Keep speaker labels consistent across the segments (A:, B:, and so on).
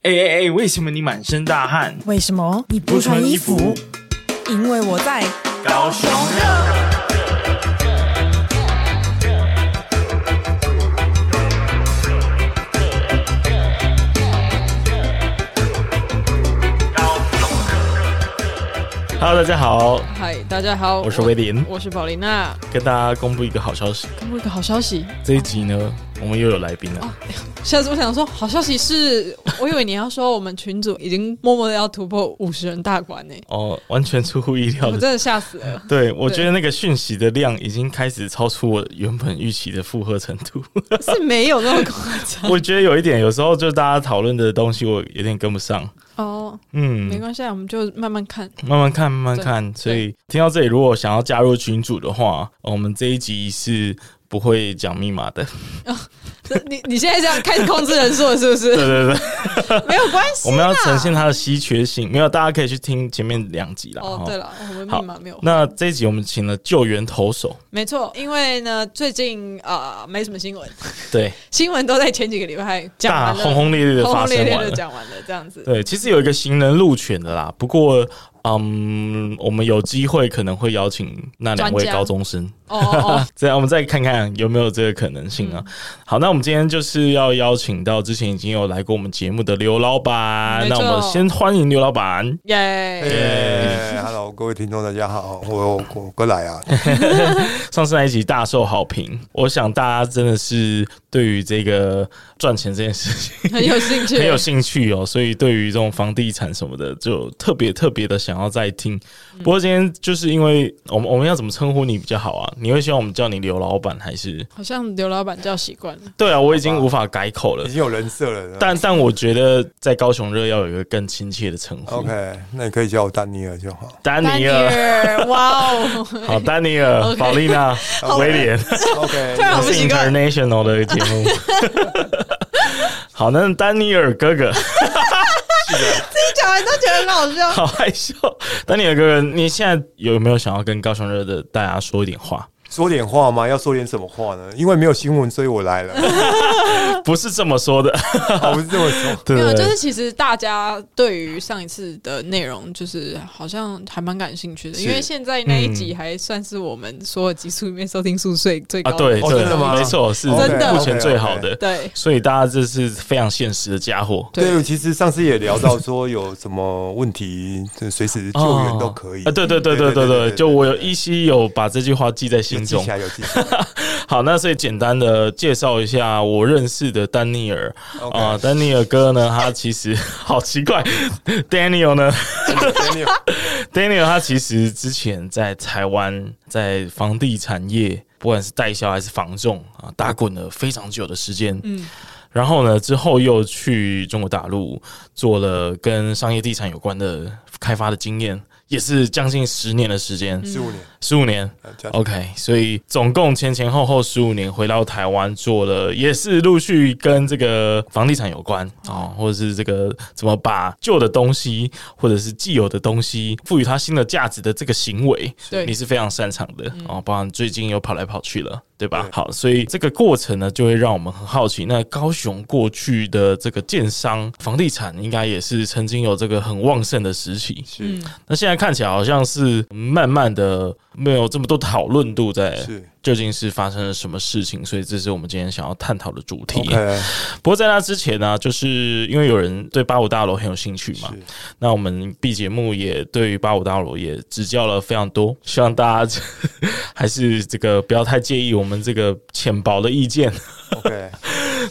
A: 哎哎哎，为什么你满身大汗？
B: 为什么你不穿衣服？因为我在。
A: 高雄，Hello，大家好，
C: 嗨，大家好，
A: 我是威廉，
C: 我是宝琳娜。
A: 跟大家公布一个好消息，
C: 公布一个好消息，
A: 这一集呢，我们又有来宾了。
C: 下次我想说，好消息是，我以为你要说我们群组已经默默的要突破五十人大关 呢、
A: 哦，完全出乎意料
C: 我
A: 的。
C: 哦真的吓死了。
A: 对，我
C: 对
A: 觉得那个讯息的量已经开始超出我原本预期的负荷程度。
C: 是没有那么 夸张
A: 我觉得有一点，有时候就大家讨论的东西，我有点跟不上。
C: 哦，
A: 嗯，
C: 没关系，啊，我们就慢慢看。
A: 慢慢看，慢慢看。所以听到这里，如果想要加入群组的话，呃我们这一集是不会讲密码 的。
C: 这你你现在这样开始控制人数了，是不
A: 对
C: 是？
A: 对对，
C: 没有关系
A: 我。们要呈现它的稀缺性。没有，大家可以去听前面两集啦。
C: 哦
A: 哈，
C: 对了，我们
A: 好
C: 密码没有。
A: 那这一集我们请了救援投手，
C: 没错，因为呢，最近啊、呃没什么新闻，
A: 对，
C: 新闻都在前几个礼拜讲
A: 大
C: 完了，
A: 轰轰烈烈的
C: 轰
A: 发
C: 轰
A: 生
C: 烈烈
A: 完
C: 的
A: 了。
C: 讲完了，这样 子。
A: 对，其实有一个行人入选的啦，不过，嗯，我们有机会可能会邀请那两位
C: 专家
A: 高中生，
C: 哦哦哦，
A: 这样我们再看看有没有这个可能性
C: 嗯
A: 啊。好，那我们今天就是要邀请到之前已经有来过我们节目的刘老板，
C: 没
A: 那
C: 错
A: 我们先欢迎刘老板。
C: 耶！
A: 耶
D: 耶，Hello，各位听众，大家好，我我我过来啊，
A: 上次那一集大受好评，我想大家真的是对于这个赚钱这件事情
C: 很有兴趣，
A: 很有兴趣哦，所以对于这种房地产什么的，就特别特别的想要再听。
C: 嗯
A: 不过今天就是因为我们我们要怎么称呼你比较好啊？你会希望我们叫你刘老板还是？
C: 好像刘老板叫习惯了，
A: 对啊，我已经无法改口了
D: 已。经有人设了。
A: 但但我觉得在高雄热要有一个更亲切的称呼。。
D: OK，那你可以叫我丹尼尔就好
A: 丹尼尔，
C: 尔，哇哦！
A: 好，丹尼尔，
C: OK
A: 保利娜，威 廉，
D: OK，
C: 突然
A: 这
C: 我不
A: 是
C: 习惯，
A: international 的节 目。 好，那丹尼尔哥哥，
C: 讲完都觉得很好笑。
A: 好害羞。丹尼尔哥哥，你现在有没有想要跟高雄热的大家说一点 话？
D: 说点话吗？要说点什么话呢？因为没有新闻，所以 我来了。
A: 不是这么说的，
D: 我不是这么说，
A: 对
C: 没有，
A: 不
C: 就
A: 对
C: 是？其实大家对于上一次的内容，就是好像还蛮感兴趣的，
D: 是
C: 因为现在那一集还算是我们所有集数里面收听数最最
A: 啊，
C: 高
A: 对
C: 的。
D: 哦
A: 对
D: 真的吗
A: 没错，是
C: 真的
A: 目前最好的。
C: 对
A: 所以大家这是非常现实的家伙。
C: 对
D: 对，其实上次也聊到说有什么问题，就随时救援都可以。
A: 啊，对对对对对对，就我有依稀有把这句话记在
D: 有
A: 心
D: 记
A: 中
D: 起。来，有记
A: 嗯
D: 起来。
A: 好，那所以简单的介绍一下我认识的丹尼尔啊
D: OK
A: 丹尼尔哥呢，他其实好奇怪，Daniel 呢
D: 丹尼尔
A: ，Daniel 他其实之前在台湾在房地产业，不管是代销还是房仲啊，打滚了非常久的时间，嗯。然后呢，之后又去中国大陆做了跟商业地产有关的开发的经验，也是将近十年的时间，
D: 十五年，
A: 十五年。
D: 呃这样
A: OK，所以总共前前后后十五年回到台湾做了，也是陆续跟这个房地产有关哦，或者是这个怎么把旧的东西或者是既有的东西赋予它新的价值的这个行为，
C: 对
A: 你是非常擅长的哦，包含最近又跑来跑去了。对吧？
D: 对
A: 好，所以这个过程呢，就会让我们很好奇。那高雄过去的这个建商、房地产，应该也是曾经有这个很旺盛的时期。
D: 是
A: 那现在看起来好像是慢慢的没有这么多讨论度在，
D: 是
A: 究竟是发生了什么事情？所以这是我们今天想要探讨的主题。
D: OK，
A: 不过在那之前呢、就是因为有人对八五大楼很有兴趣嘛
D: 是，
A: 那我们 B 节目也对于八五大楼也指教了非常多，希望大家 还是这个不要太介意我们这个浅薄的意见。
D: OK。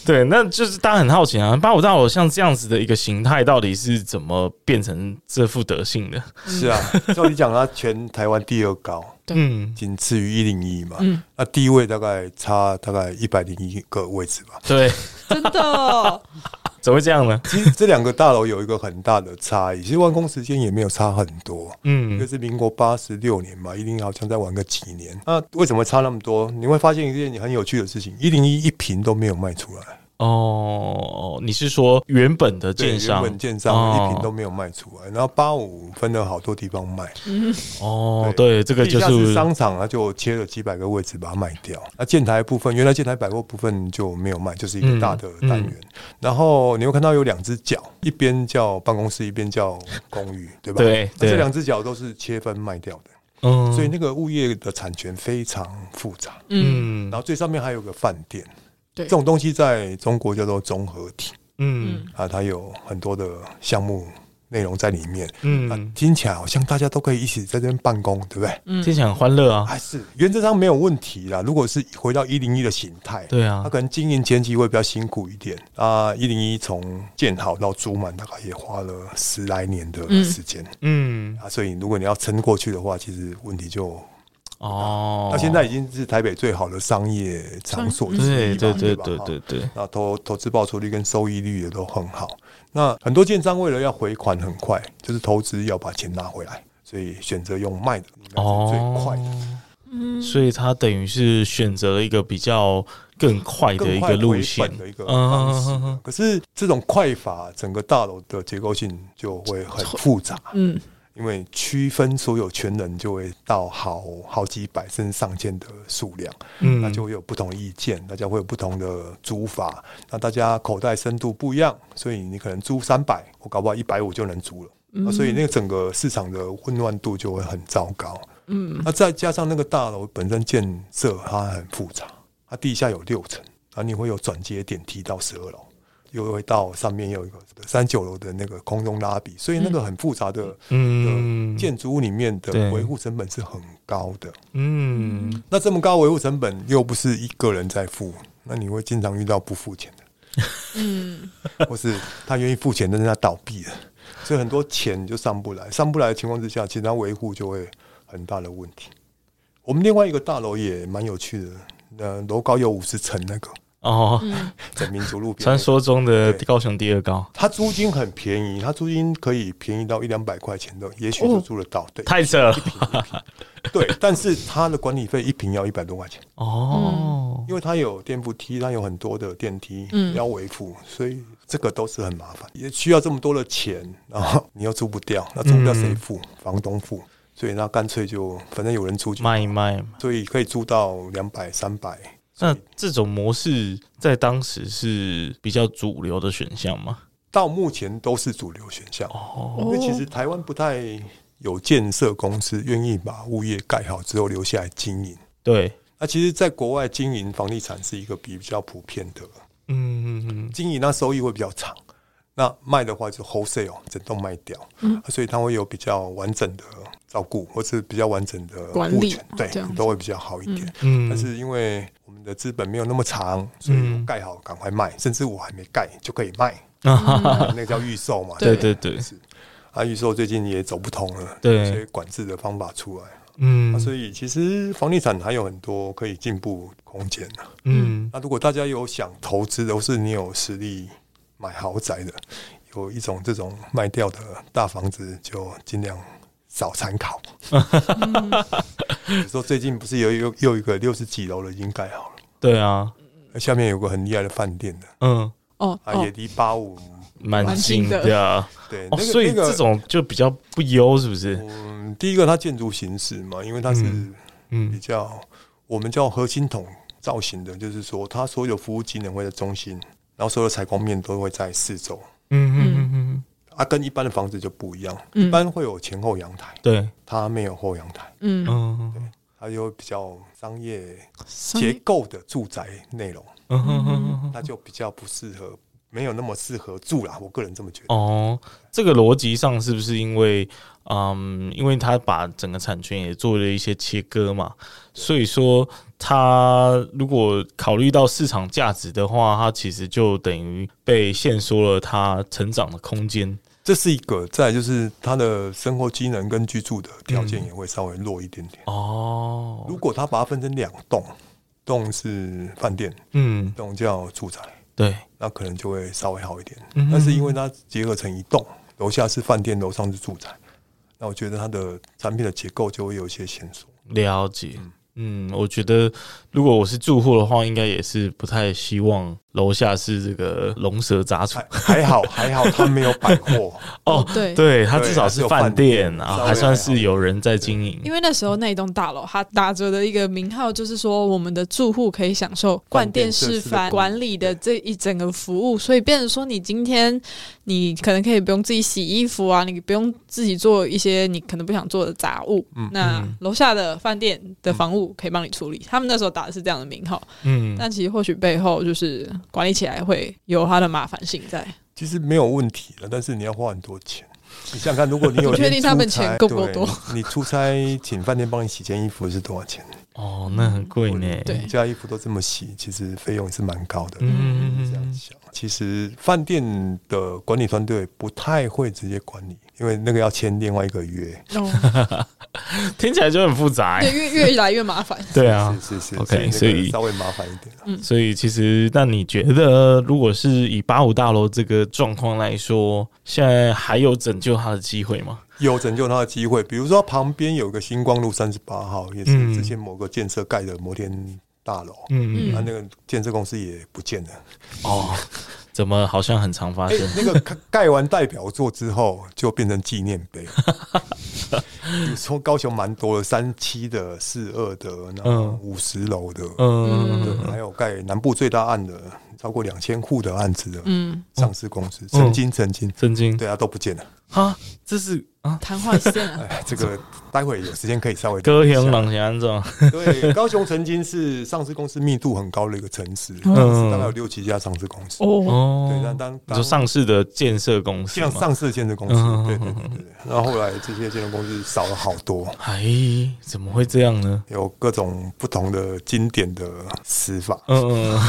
A: 对，那就是大家很好奇啊，八五大楼像这样子的一个形态，到底是怎么变成这副德性的？
D: 是啊，照理讲，它全台湾第二高，
A: 嗯。
D: 仅次于一零一嘛。那地位大概差大概一百零一个位置吧。
A: 对，
C: 真的，
A: 怎么会这样呢？
D: 其实这两个大楼有一个很大的差异，其实完工时间也没有差很多。一
A: 嗯
D: 个，是民国八十六年嘛，一零好像再晚个几年。那为什么差那么多？你会发现一件很有趣的事情：一零一一平都没有卖出来，
A: 哦，你是说原本的
D: 对，
A: 建
D: 原
A: 商
D: 本建商、一瓶都没有卖出来，然后八五分了好多地方卖，
A: 哦，对，这个就
D: 地下室
A: 是
D: 商场，它就切了几百个位置把它卖掉。那建台部分，原来建台百货部分就没有卖，就是一
A: 嗯
D: 个大的单元。然后你会看到有两只脚，一边叫办公室，一边叫公寓，对吧？
A: 对
D: 那
A: 对
D: 这两只脚都是切分卖掉的，
A: 嗯，
D: 所以那个物业的产权非常复杂。
C: 嗯
A: 嗯
D: 然后最上面还有个饭店，
C: 对
D: 这种东西在中国叫做综合体
A: 嗯
D: 啊，它有很多的项目内容在里面。啊
A: 嗯，，
D: 听起来好像大家都可以一起在这边办公，对不对？
A: 听起来很欢乐啊，
D: 还哎是原则上没有问题啦。如果是回到一零一的形态，
A: 对啊
D: 它可能经营前期会比较辛苦一点啊。一零一从建好到租满，大概也花了十来年的时间、
A: 嗯
D: 啊。所以如果你要撑过去的话，其实问题就
A: 哦，
D: 那、啊现在已经是台北最好的商业场所之
A: 对
D: 一
A: 嗯对
D: 嘛，
A: 对
D: 吧
A: 对对对，
D: 那投投资报酬率跟收益率也都很好。那很多建商为了要回款很快，就是投资要把钱拿回来，所以选择用卖的，应该是最快的。
A: 哦所以他等于是选择了一个比较更快的
D: 更
A: 哎一
D: 快
A: 个路
D: 回
A: 线
D: 本的一个方式。
A: 嗯，
D: 可是这种快法，整个大楼的结构性就会很复杂，
C: 嗯，
D: 因为区分所有权人就会到好好几百甚至上千的数量，
A: 嗯
D: 那就会有不同的意见，大家会有不同的租法，那大家口袋深度不一样，所以你可能租三百，我搞不好一百五就能租了。
A: 嗯
D: 啊所以那个整个市场的混乱度就会很糟糕。嗯，那再加上那个大楼本身建设它很复杂，它地下有六层，啊，你会有转接电梯到十二楼，又会到上面又有一个三九楼的那个空中拉比，所以那个很复杂的
A: 嗯
D: 的建筑物里面的
A: 对
D: 维护成本是很高的。
A: 嗯，
D: 那这么高维护成本又不是一个人在付，那你会经常遇到不付钱的，嗯， 或是他愿意付钱，但是他倒闭了，所以很多钱就上不来，上不来的情况之下，其实他维护就会很大的问题。我们另外一个大楼也蛮有趣的，呃，楼高有五十层那个，
A: 哦，
D: 在民族路边那
A: 传
D: 个，
A: 说中的
D: 对
A: 高雄第二高，
D: 它租金很便宜，它租金可以便宜到一两百块钱的，也
A: 哦
D: 许就租得到，对，
A: 太扯了
D: 对，但是它的管理费一平要一百多块钱。
A: 哦，
D: 因为它有电扶梯，它有很多的电梯要维护，所以这个都是很麻烦，也需要这么多的钱，然后你又租不掉，那租不掉谁付？房东付，所以那干脆就反正有人租就，
A: 卖一卖。
D: 所以可以租到两百、三百。
A: 那这种模式在当时是比较主流的选项吗？
D: 到目前都是主流选项，
A: 哦，
D: 因为其实台湾不太有建设公司愿意把物业盖好之后留下来经营。
A: 对，
D: 那其实，在国外经营房地产是一个比比较普遍的
A: 嗯嗯
D: 经营那收益会比较长。那卖的话就 wholesale 整栋卖掉，
C: 嗯
D: 所以它会有比较完整的照顾，或是比较完整的
C: 管理
D: 物权对
C: 这样子，
D: 都会比较好一点。
A: 嗯
D: 但是因为我们的资本没有那么长，所以我盖好赶快卖，甚至我还没盖就可以卖，
C: 嗯
D: 那个叫预售嘛。
A: 对
D: 不
A: 对对，
D: 啊，预售最近也走不通了，
A: 对
D: 有一些管制的方法出来，
A: 嗯
D: 啊所以其实房地产还有很多可以进步空间啊。
A: 嗯
D: 那如果大家有想投资的，或是你有实力买豪宅的，有一种这种卖掉的大房子，就尽量少参考。比如说最近不是有又又一个六十几楼的已经盖好了，
A: 对啊，
D: 下面有个很厉害的饭店的，
A: 嗯，
C: 哦
D: 啊，也
C: 哦，
D: 离八五
A: 蛮近的啊。
D: 对，
A: 哦，
D: 那个
A: 所以
D: 那个
A: 这种就比较不优，是不是？
D: 嗯，第一个它建筑形式嘛，因为它是
A: 嗯
D: 比
A: 嗯
D: 较、我们叫核心筒造型的，就是说它所有服务机能会在中心，然后所有采光面都会在四周。
A: 嗯嗯嗯，
D: 啊，跟一般的房子就不一样，
C: 嗯
D: 一般会有前后阳台，
A: 对，
D: 它没有后阳台，
C: 嗯，
A: 嗯
D: 它有比较商业
C: 商
D: 结
C: 业
D: 构的住宅内容，
A: 嗯，
D: 那就比较不适合，没有那么适合住啦。我个人这么觉得。
A: 哦，这个逻辑上是不是因为，嗯，因为他把整个产权也做了一些切割嘛，所以说他如果考虑到市场价值的话，他其实就等于被限缩了他成长的空间。
D: 这是一个，再来就是它的生活机能跟居住的条件也会稍微弱一点点。
A: 哦，
D: 嗯如果它把它分成两栋，栋是饭店，
A: 嗯，
D: 栋叫住宅，
A: 对，
D: 那可能就会稍微好一点。
A: 嗯
D: 但是因为它结合成一栋，楼下是饭店，楼上是住宅，那我觉得它的产品的结构就会有一些线索。
A: 嗯了解。嗯，我觉得如果我是住户的话，应该也是不太希望楼下是这个龙蛇杂处
D: 还还好还好，他没有百货，
A: 哦，
C: 对
A: 对，它
D: 对
A: 至少
D: 还
A: 是
D: 是有
A: 饭
D: 饭
A: 店
D: 店
A: 啊，
D: 稍
A: 还
D: 微
A: 算
D: 还
A: 是
D: 好
A: 有人在经营，
C: 因为那时候那一栋大楼它打着的一个名号就是说，我们的住户可以享受冠店示范管理的这一整个服务，所以变成说，你今天你可能可以不用自己洗衣服啊，你不用自己做一些你可能不想做的杂物。
D: 嗯
C: 那楼下的饭店的房务可以帮你处理。他们那时候打的是这样的名号，
A: 嗯，
C: 但其实或许背后就是管理起来会有它的麻烦性在。
D: 其实没有问题的，但是你要花很多钱。你想想看，如果你有
C: 不确
D: 天
C: 定他们
D: 出差
C: 钱够不够
D: 对
C: 多
D: 你出差请饭店帮你洗件衣服是多少钱？
A: 哦，那很贵呢，
C: 对
D: 你家衣服都这么洗，其实费用是蛮高的。
A: 嗯
D: 这样想，其实饭店的管理团队不太会直接管理，因为那个要签另外一个约。
C: 哦，
A: 听起来就很复杂欸、
C: 对，越越来越麻烦。
A: 对啊，
D: 嗯是是是
A: OK，
D: 所以那
A: 所以
D: 个稍微麻烦一点了。
A: 所以其实，那你觉得，如果是以八五大楼这个状况来说，现在还有拯救它的机会吗？
D: 有拯救他的机会，比如说旁边有个星光路三十八号，也
A: 嗯
D: 是之前某个建设盖的摩天大楼，
A: 嗯，
D: 那、那个建设公司也不见了。
A: 哦，怎么好像很常发
D: 哎、
A: 生？
D: 那个盖盖完代表作之后，就变成纪念碑。比如说高雄蛮多的，三七的、四二的，然后
A: 嗯
D: 五十楼的，
A: 嗯，
D: 对，还有盖南部最大案的，超过两千户的案子的
C: 嗯，
D: 上市公司，曾
A: 嗯
D: 经曾经，
A: 震惊，
D: 对啊都不见了。
A: 啊，这是啊，
C: 昙花一现 啊。
D: 哎，这个待会有时间可以稍微
A: 高
D: 聊一
A: 雄
D: 下
A: 朗安这种，
D: 对，高雄曾经是上市公司密度很高的一个城市，
C: 嗯
D: 当时大概有六七家上市公司。
C: 哦，
A: 哦
D: 对，但当
A: 你
D: 当
A: 说上市的建设公司
D: 像
A: 吗？
D: 上市的建设公
A: 嗯
D: 司，对对对对对。然后后来这些建设公司少了好多，
A: 哎，怎么会这样呢？
D: 有各种不同的经典的死法。
A: 嗯嗯，嗯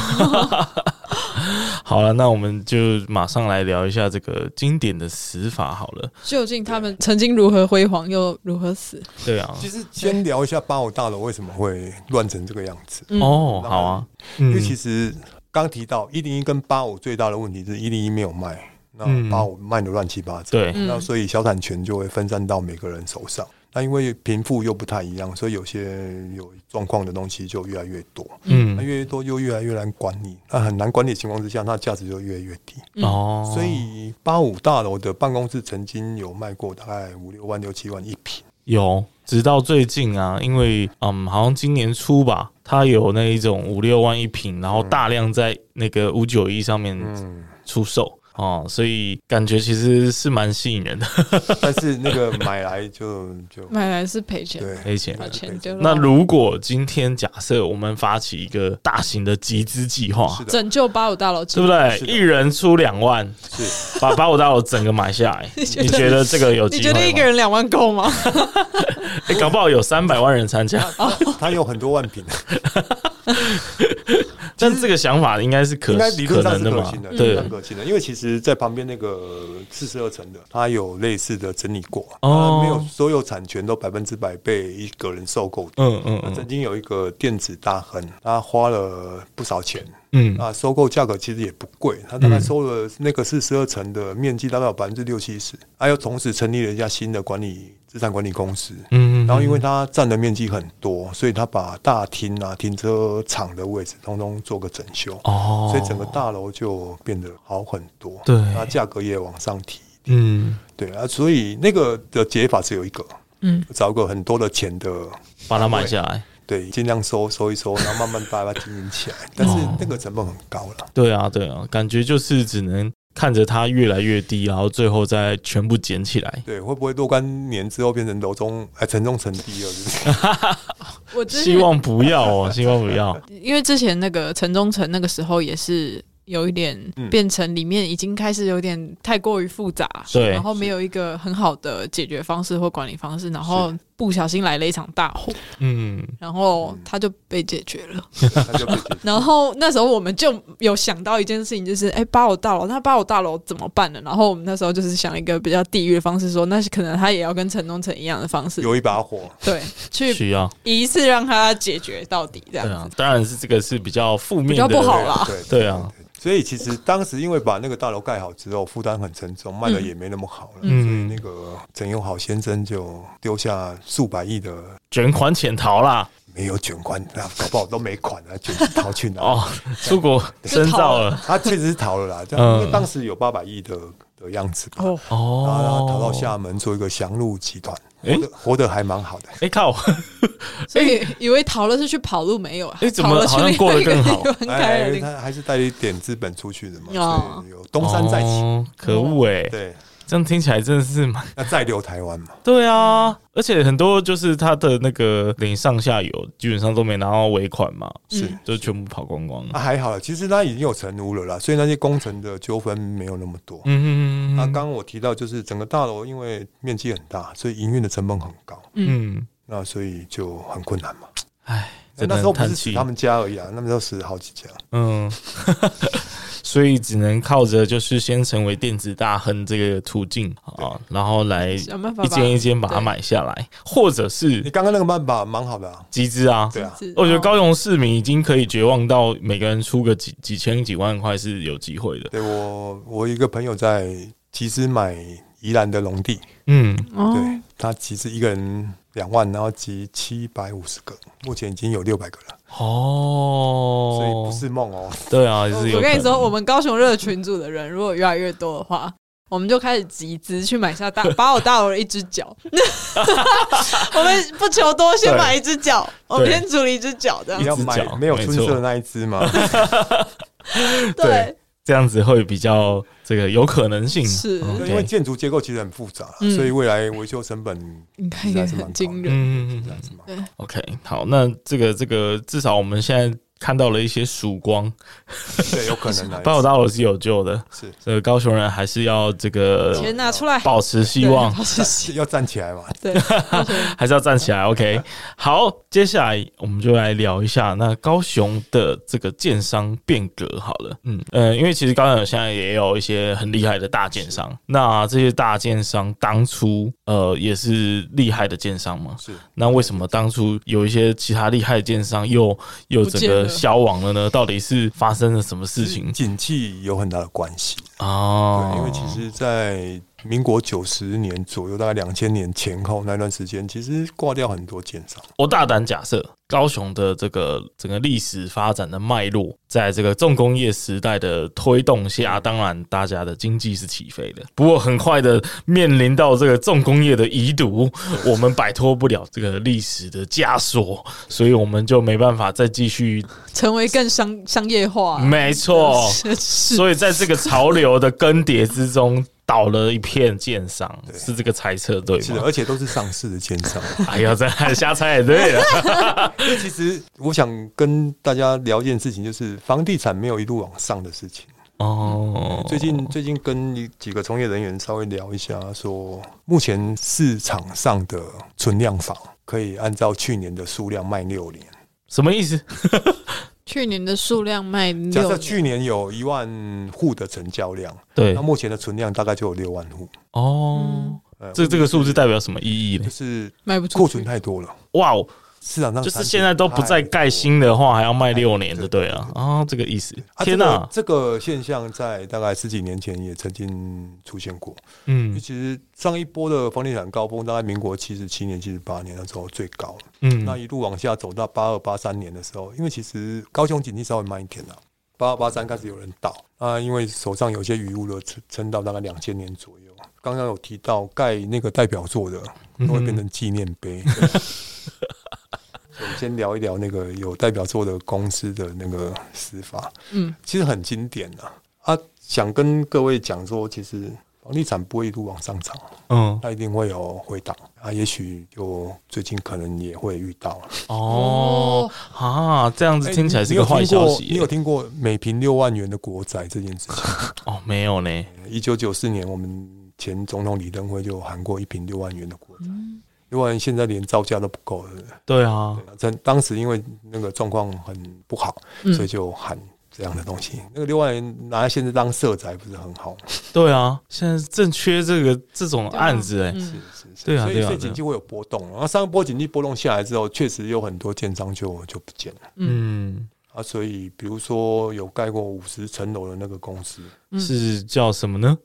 A: 好了，那我们就马上来聊一下这个经典的死法好了。
C: 究竟他们曾经如何辉煌，又如何死？
A: 对啊，
D: 其实先聊一下八五大楼为什么会乱成这个样子。
C: 嗯
A: 哦，好啊，
D: 因
A: 嗯
D: 为其实刚提到一零一跟八五最大的问题是一零一没有卖，那
A: 嗯
D: 八五卖的乱七八糟，
A: 对，
C: 嗯
D: 那所以小产权就会分散到每个人手上。那因为贫富又不太一样，所以有些有状况的东西就越来越多，那
A: 嗯，
D: 越来越多又越来越难管理，那很难管理的情况之下，它价值就越来越低。
C: 嗯
A: 哦，
D: 所以八五大楼的办公室曾经有卖过大概五六万六七万一平，
A: 有，直到最近啊，因为嗯，好像今年初吧，它有那一种五六万一平，然后大量在那个五九一上面
D: 嗯，
A: 出售。哦，所以感觉其实是蛮吸引人的，
D: 但是那个买来就就
C: 买来是赔钱，
D: 对
A: 赔钱。
C: 把钱丢了。
A: 那如果今天假设我们发起一个大型的集资计划
D: 是，的
C: 拯救八五大楼，
A: 对不对？
D: 是的
A: 一人出两万，
D: 是。
A: 把把我大楼整个买下 来，哎你
C: 觉得
A: 觉得这个有机
C: 你
A: 会
C: 觉
A: 吗？
C: 得一个人两万 够吗？
A: 哎搞不好有三百万人参加，
C: 啊
D: 它有很多万品，
A: 但这个想法应该是可
D: 应该理论上是
A: 的
D: 可
A: 嘛
D: 行的，？理论
A: 对
D: 上，可行的。因为其实，在旁边那个四十二层的，它有类似的整理过，
A: 哦
D: 它没有所有产权都百分之百被一个人收购。
A: 嗯嗯
D: 那
A: 嗯
D: 曾经有一个电子大亨，他花了不少钱，
A: 嗯，
D: 那啊收购价格其实也不贵，他大概收了那个四十二层的面积大概有百分之六七十，还有同时成立了一家新的管理资产管理公司，
A: 嗯，
D: 然后因为它占的面积很多，所以它把大厅啊、停车场的位置通通做个整修，
A: 哦，
D: 所以整个大楼就变得好很多。
A: 对
D: 那价格也往上提。
A: 嗯，
D: 对啊，所以那个的解法只有一个，
C: 嗯，
D: 找一个很多的钱的，
A: 把它买下来，
D: 对，尽量收收一收，然后慢慢把它经营起
A: 哦
D: 来。但是那个成本很高了。
A: 对啊对啊，感觉就是只能看着它越来越低，然后最后再全部捡起来，
D: 对，会不会若干年之后变成楼中 哎城中城低了？是不是
C: 我之前
A: 希望不要 哦，希望不要，
C: 因为之前那个城中城那个时候也是。有一点
D: 嗯
C: 变成里面已经开始有点太过于复杂，
A: 对
C: 然后没有一个很好的解决方式或管理方式，然后不小心来了一场大火，
A: 嗯，
C: 然后它就被解决了。
D: 它就被解决
C: 然后那时候我们就有想到一件事情，就是哎，八五大楼，那八五大楼怎么办呢？然后我们那时候就是想一个比较地域的方式说，那可能他也要跟城中城一样的方式，
D: 有一 把火，
C: 对，去
A: 需要，
C: 一次让他解决到底这样
A: 对
C: 子，
A: 啊，当然是这个是比较负面的，
C: 比较不好啦。
D: 对
A: 对啊，
D: 所以其实当时因为把那个大楼盖好之后，负担很沉重，卖的也没那么好了，
A: 嗯
D: 所以那个陈永好先生就丢下数百亿的，
A: 卷款潜逃啦，
D: 没有卷款，那搞不好都没款啊，卷逃去哪？
A: 哦，出国深造了
D: 他确实是逃了啦，这
A: 嗯
D: 样因为当时有八百亿的的样子嘛，
C: 哦，
A: 哦，
D: 然后他逃到厦门做一个祥路集团，活得活得还蛮好的。
A: 哎靠，
C: 所以以为逃了是去跑路没有啊？
A: 哎怎么
C: 逃了去
A: 好像过得更好
C: 另外一个地方开了
D: 哎，
C: 另
D: 他还是带一点资本出去的嘛，
C: 哦
D: 所以有东山再起。
A: 哦，可恶哎，
D: 对，
A: 这样听起来真的是蛮
D: 那再留台湾嘛，
A: 对啊，而且很多就是他的那个领上下游基本上都没拿到尾款嘛，
D: 是
C: 嗯
A: 就全部跑光光了
D: 啊，。还好了，其实他已经有成屋了啦，所以那些工程的纠纷没有那么多。
A: 嗯嗯嗯
D: 啊，刚刚我提到就是整个大楼因为面积很大，所以营运的成本很高，
A: 嗯，
D: 那所以就很困难嘛。
A: 哎，
D: 那
A: 真的
D: 那时候
A: 很
D: 不
A: 叹
D: 是死
A: 气
D: 他。们家而已啊，那时候死了好几家。
A: 嗯， 所以只能靠着就是先成为电子大亨这个途径啊，然后来一
C: 想办法吧
A: 间一间把它
C: 对
A: 买下来，或者
D: 你
A: 是
D: 刚刚那个办法蛮好的啊，
A: 集资啊。
D: 对啊，
C: 是
A: 我觉得高
C: 哦
A: 雄市民已经可以绝望到每个人出个几几千几万块是有机会的。
D: 对我我一个朋友在集资买宜兰的农地，
A: 嗯，
C: 哦
D: 对他集资一个人两万，然后集七百五十个，目前已经有六百个了，
A: 哦，
D: 所以不是梦哦。
A: 对啊，也是有
C: 我跟你
A: 可能
C: 说，我们高雄热群组的人如果越来越多的话，我们就开始集资去买下大，把我大楼的一只脚。 我们不求多，先
A: 对
C: 买一只脚，我们
A: 对
C: 先组了一只脚，这样
A: 一
D: 要
A: 只
D: 买
A: 脚
D: 没有
A: 没
D: 春色
A: 错
D: 的那一 只嘛？
A: 对这样子会比较这个有可能性。
C: 是
A: 嗯
D: 对
A: 对
D: 因为建筑结构其实很复杂，
C: 嗯
D: 所以未来维修成本
C: 你看
D: 实
C: 也
D: 在是蛮
C: 很惊
D: 高
C: 人。
D: 的
A: 嗯嗯
D: 实
A: 嗯
D: 在是蛮。
A: ，OK，好，那这个这个至少我们现在看到了一些曙光，嗯
D: 对，有可 能的。
A: 报道是有救的。
D: 是
A: 这个高雄人还是要这个
C: 钱拿出来，
A: 保持希望
C: 对，保持希
D: 要站起来嘛？
C: 对，高雄人
A: 还是要站起来。OK，好，接下来我们就来聊一下那高雄的这个建商变革好了。嗯呃，因为其实高雄现在也有一些很厉害的大建商，那这些大建商当初呃也是厉害的建商嘛，
D: 是
A: 那为什么当初有一些其他厉害的建商又又整个消亡了呢？到底是发生了什么事情
D: 景气有很大的关系。
A: 哦
D: 对，，因为其实，在民国九十年左右，大概两千年前后那段时间，其实挂掉很多建商。
A: 我大胆假设，高雄的这个整个历史发展的脉络，在这个重工业时代的推动下，当然大家的经济是起飞的。不过很快的面临到这个重工业的遗毒，我们摆脱不了这个历史的枷锁，所以我们就没办法再继续。
C: 成为更商商业
D: 啊
C: 化。
A: 没错，
C: 是
A: 所以在这个潮流的更迭之中，倒了一片建商，
D: 对
A: 是这个猜测对
D: 是的，
A: 吗？
D: 而且都是上市的建商。
A: 哎呀，这还瞎猜也对啊了。
D: 因为其实我想跟大家聊一件事情，就是房地产没有一路往上的事情。
A: 哦，
D: 最近最近跟一几个从业人员稍微聊一下，说目前市场上的存量房可以按照去年的数量卖六年。
A: 什么意思？
C: 去年的数量卖
D: 假
C: 六
D: 设
C: 年，
D: 去年有一万户的成交量，
A: 对
D: 那，目前的存量大概就有六万户。
A: 哦，
D: 呃
A: 这这个数字代表什么意义呢
D: 就？是
C: 卖不出
D: 库存
C: 去，
D: 太多了，
A: 哇，哦，
D: 市场上
A: 就是现在都不再盖新的话，还要卖六年的，对啊，啊，这个意思。天
D: 哪、
A: 哪，
D: 这个！这个现象在大概十几年前也曾经出现过。
A: 嗯
D: 其实上一波的房地产高峰，大概民国七十七年、七十八年那时候最高，那
A: 嗯，
D: 一路往下走到八二八三年的时候，因为其实高雄景气稍微慢一点了、八二八三开始有人倒啊，因为手上有些余物了，撑撑到大概两千年左右。刚刚有提到盖那个代表作的，都会变成纪念碑。对我们先聊一聊那个有代表作的公司的那个死法，
C: 嗯，
D: 其实很经典啊。啊，想跟各位讲说，其实房地产不会一路往上涨，
A: 嗯，
D: 它一定会有回档啊，也许就最近可能也会遇 到。
A: 哦，啊，这样子听起来是
D: 哎你
A: 个
D: 有听
A: 坏消
D: 过
A: 息
D: 哎你有
A: 耶。
D: 听过每平六万元的国宅这件事 情？
A: 哦，没有呢，
D: 一九九四年，我们前总统李登辉就喊过一平六万元的国宅，
A: 嗯
D: 六万元现在连造价都不够了。
A: 对啊，
D: 在当时因为那个状况很不好，
C: 嗯
D: 所以就喊这样的东西。那个六万元拿来现在当社宅不是很好吗？
A: 对啊，现在正缺这个这种
D: 啊
A: 案子，哎，
D: 是
C: 嗯，
D: 是是，
A: 对啊
D: 所以
A: 对啊
D: 所
A: 对啊
D: 以景气会有波动，然后上一波景气波动下来之后，确实有很多建商就就不见了。
A: 嗯，
D: 啊，所以比如说有盖过五十层楼的那个公司，
C: 嗯
A: 是叫什么呢？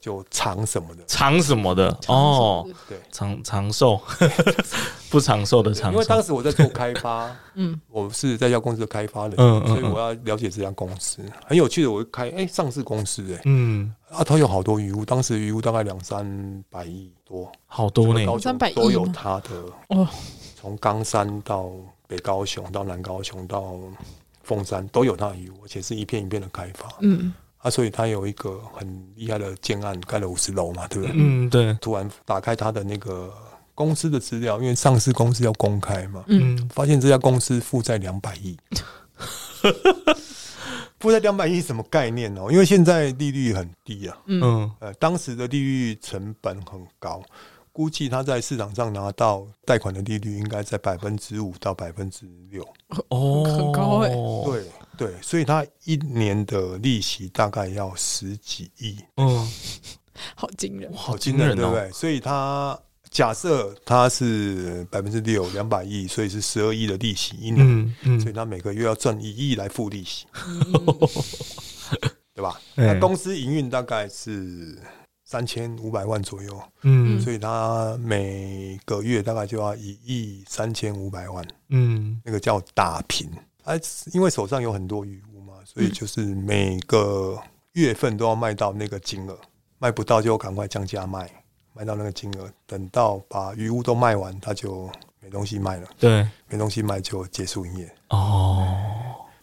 D: 就长什么的。
A: 长什么的哦，
D: 对，
A: 长长寿， 不长寿的长
D: 因为当
A: 寿。
D: 时我在做开发，
C: 嗯，
D: 我是在一家公司的开发人，
A: 嗯嗯
D: 所以我要了解这家公司。很有趣的，我开哎、上市公司哎、
A: 嗯，
D: 啊，它有好多鱼屋，当时鱼屋大概两三百亿多，
A: 好多呢
D: 全。高雄
C: 300亿
D: 都有
C: 吗
D: 它的
C: 哦，
D: 从冈山到北高雄到南高雄到凤山都有它的鱼屋，而且是一片一片的开发。
C: 嗯，
D: 啊，所以它有一个很厉害的建案，盖了五十楼嘛，对不对？
A: 嗯，对，
D: 突然打开它的那个公司的资料，因为上市公司要公开嘛，
A: 嗯，
D: 发现这家公司负债两百亿。负债两百亿什么概念哦？因为现在利率很低啊，
A: 嗯，
D: 呃，当时的利率成本很高，估计他在市场上拿到贷款的利率应该在百分之五到百分之六。
A: 哦，
C: 很高欸
D: 对对，所以他一年的利息大概要十几亿，
A: 嗯，
C: 好惊人，
A: 好
D: 惊
A: 惊
D: 人，
A: 人
D: 对不
A: 哦。
D: 对？所以他假设他是呃百分之六，两百亿，所以是十二亿的利息一年，
A: 嗯
D: 所以
A: 嗯，
D: 他每个月要赚一亿来付利息，嗯对吧？
A: 哎
D: 那公司营运大概是三千五百万左右，
A: 嗯
D: 所以他每个月大概就要一亿三千五百万，
A: 嗯
D: 那个叫打平。啊，因为手上有很多余物嘛，所
A: 嗯
D: 以就是每个月份都要卖到那个金额，卖不到就赶快降价卖，卖到那个金额，等到把余物都卖完，他就没东西卖了，
A: 对，
D: 没东西卖就结束营业。
A: 哦，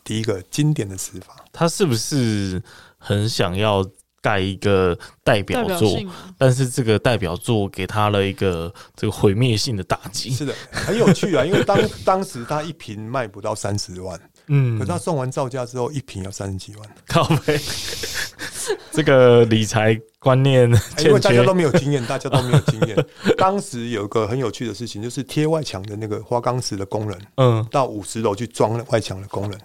D: 第一个经典的死法，
A: 他是不是很想要盖一个代
C: 代
A: 表
C: 表
A: 作？
C: 性啊，
A: 但是这个代表作给他了一个这个毁灭性的打击。
D: 是的，很有趣啊，因为当当时他一瓶卖不到三十万，
A: 嗯
D: 可是他送完造价之后，一瓶要三十几万。
A: 靠背， 这个理财观念
D: 哎因为
A: 欠
D: 大家
A: 缺
D: 都。没有经验，大家都没有经验。当时有个很有趣的事情，就是贴外墙的那个花岗石的工人，
A: 嗯，
D: 到五十楼去装外墙的工人，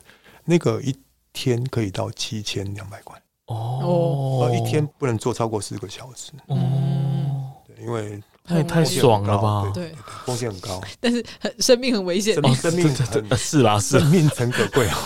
D: 那个一天可以到七千两百块，
A: 哦
D: 而，一天不能做超过四个小时，
A: 哦，
D: 对，因为
A: 那也太
D: 风险很
A: 爽了
D: 高
A: 吧？
C: 对，
D: 风险很高，
C: 但是很生命很危险
D: 生，命生命很
A: 呃是啦，是啦
D: 生命诚可贵啊。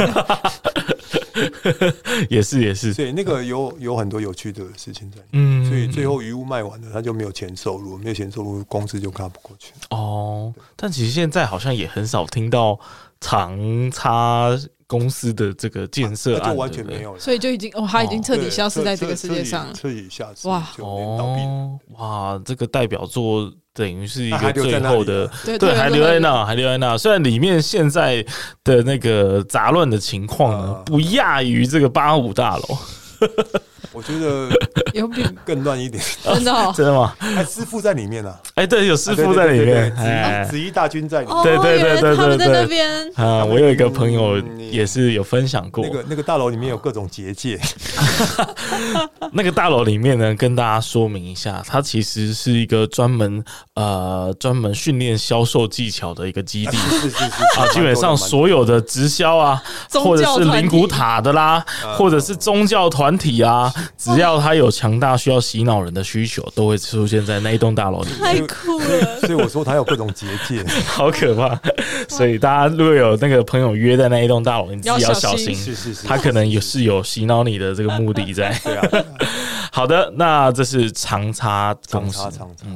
A: 也是也是，
D: 所以那个有有很多有趣的事情在里面。
A: 嗯，
D: 所以最后余物卖完了，他就没有钱收入，没有钱收入，公司就看不过去。
A: 哦，但其实现在好像也很少听到长差公司的这个建设
D: 啊那
A: 案，
D: 就完
A: 对
D: 全
A: 不对
D: 没有了。
C: 所以就已经哦，他已经彻底
D: 对
C: 消失
D: 彻
C: 在这个
D: 彻
C: 世界上了。
D: 彻底彻底消失，
C: 哇
D: 就连倒闭了。
A: 哦，哇，这个代表作等于是一
D: 它还
A: 个
D: 留在
A: 最
D: 那
A: 后
D: 里
A: 的
D: 了，
C: 对
A: 对，还留在
C: 那里，
A: 那，还留在那。虽然里面现在的那个杂乱的情况呢
D: 啊，
A: 不亚于这个八五大楼，
D: 我觉得
C: 有比
D: 更乱一点，
C: 真的哦，
A: 真的吗？
D: 还师傅在里面啊，
A: 哎，对，有师傅在里面，哎
D: 子，子怡大军在里面。
C: 哦
A: 对对对
C: 原来
A: 对
C: 他们
A: 对
C: 在那
A: 对
C: 边，
A: 啊，
D: 他们
A: 我有一个朋友
D: 嗯
A: 也是有分享过
D: 那，个那个大楼里面有各种结界，
A: 那个大楼里面呢，跟大家说明一下，它其实是一个专门呃专门训练销售技巧的一个基 地。
D: 是是是
A: 啊，基本上所有的直销啊，
C: 宗
A: 或者
C: 教
A: 是
C: 团
A: 灵骨
C: 体
A: 塔的啦，或者是宗教团体啊，只要它有强大需要洗脑人的需求，都会出现在那一栋大楼里面，
C: 太酷了，
D: 所以我说他有各种结 界，
A: 好可怕！所以大家如果有那个朋友约在那一栋大楼，你自
C: 要
A: 己要
C: 小
A: 小心，
C: 心
D: 是是是，
A: 他可能也是有洗脑你的这个目的 在。
D: 对啊，
A: 好的，那这是长差
D: 长
A: 公司
D: 差，长差，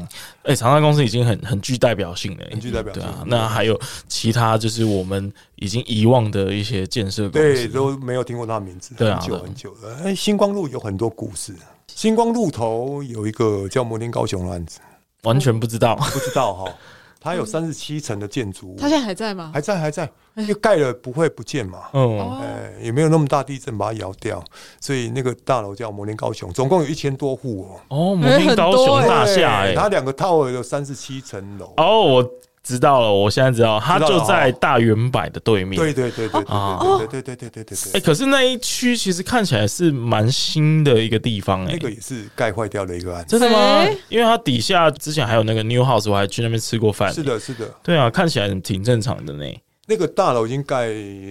A: 哎、长沙公司已经很很具代表性了、
D: 很具代表性
A: 对啊，那还有其他就是我们已经遗忘的一些建设公
D: 对，
A: 司，
D: 都没有听过他的名字，
A: 对啊
D: 很久
A: 对
D: 很久了。哎，星光路有很多故事，星光路头有一个叫摩天高雄的案子，
A: 完全不知道。
D: 不知道哈，它有三十七层的建筑物，
C: 他现在还在吗？
D: 还在还在，因为盖了不会不见嘛。
A: 嗯，
C: 哦，
D: 呃，也没有那么大地震把它摇掉，所以那个大楼叫摩天高雄，总共有一千多户哦。
A: 哦，摩天高雄大厦、
D: 对
A: 哎、
D: 它两个 tower 有三十七层楼。
A: 哦，我知道了，我现在知道，它就
D: 哦
A: 在大圆柏的对面。
D: 对对对对
A: 哦
D: 对对对对对对对对
A: 哎、可是那一区其实看起来是蛮新的一个地方、哎、
D: 那个也是盖坏掉的一个案子。
A: 真的吗、
C: 哎
A: 因为它底下之前还有那个 New House，我还去那边吃过饭、
D: 是，的，是的，
A: 对啊，看起来挺正常的呢。
D: 那个大楼已经盖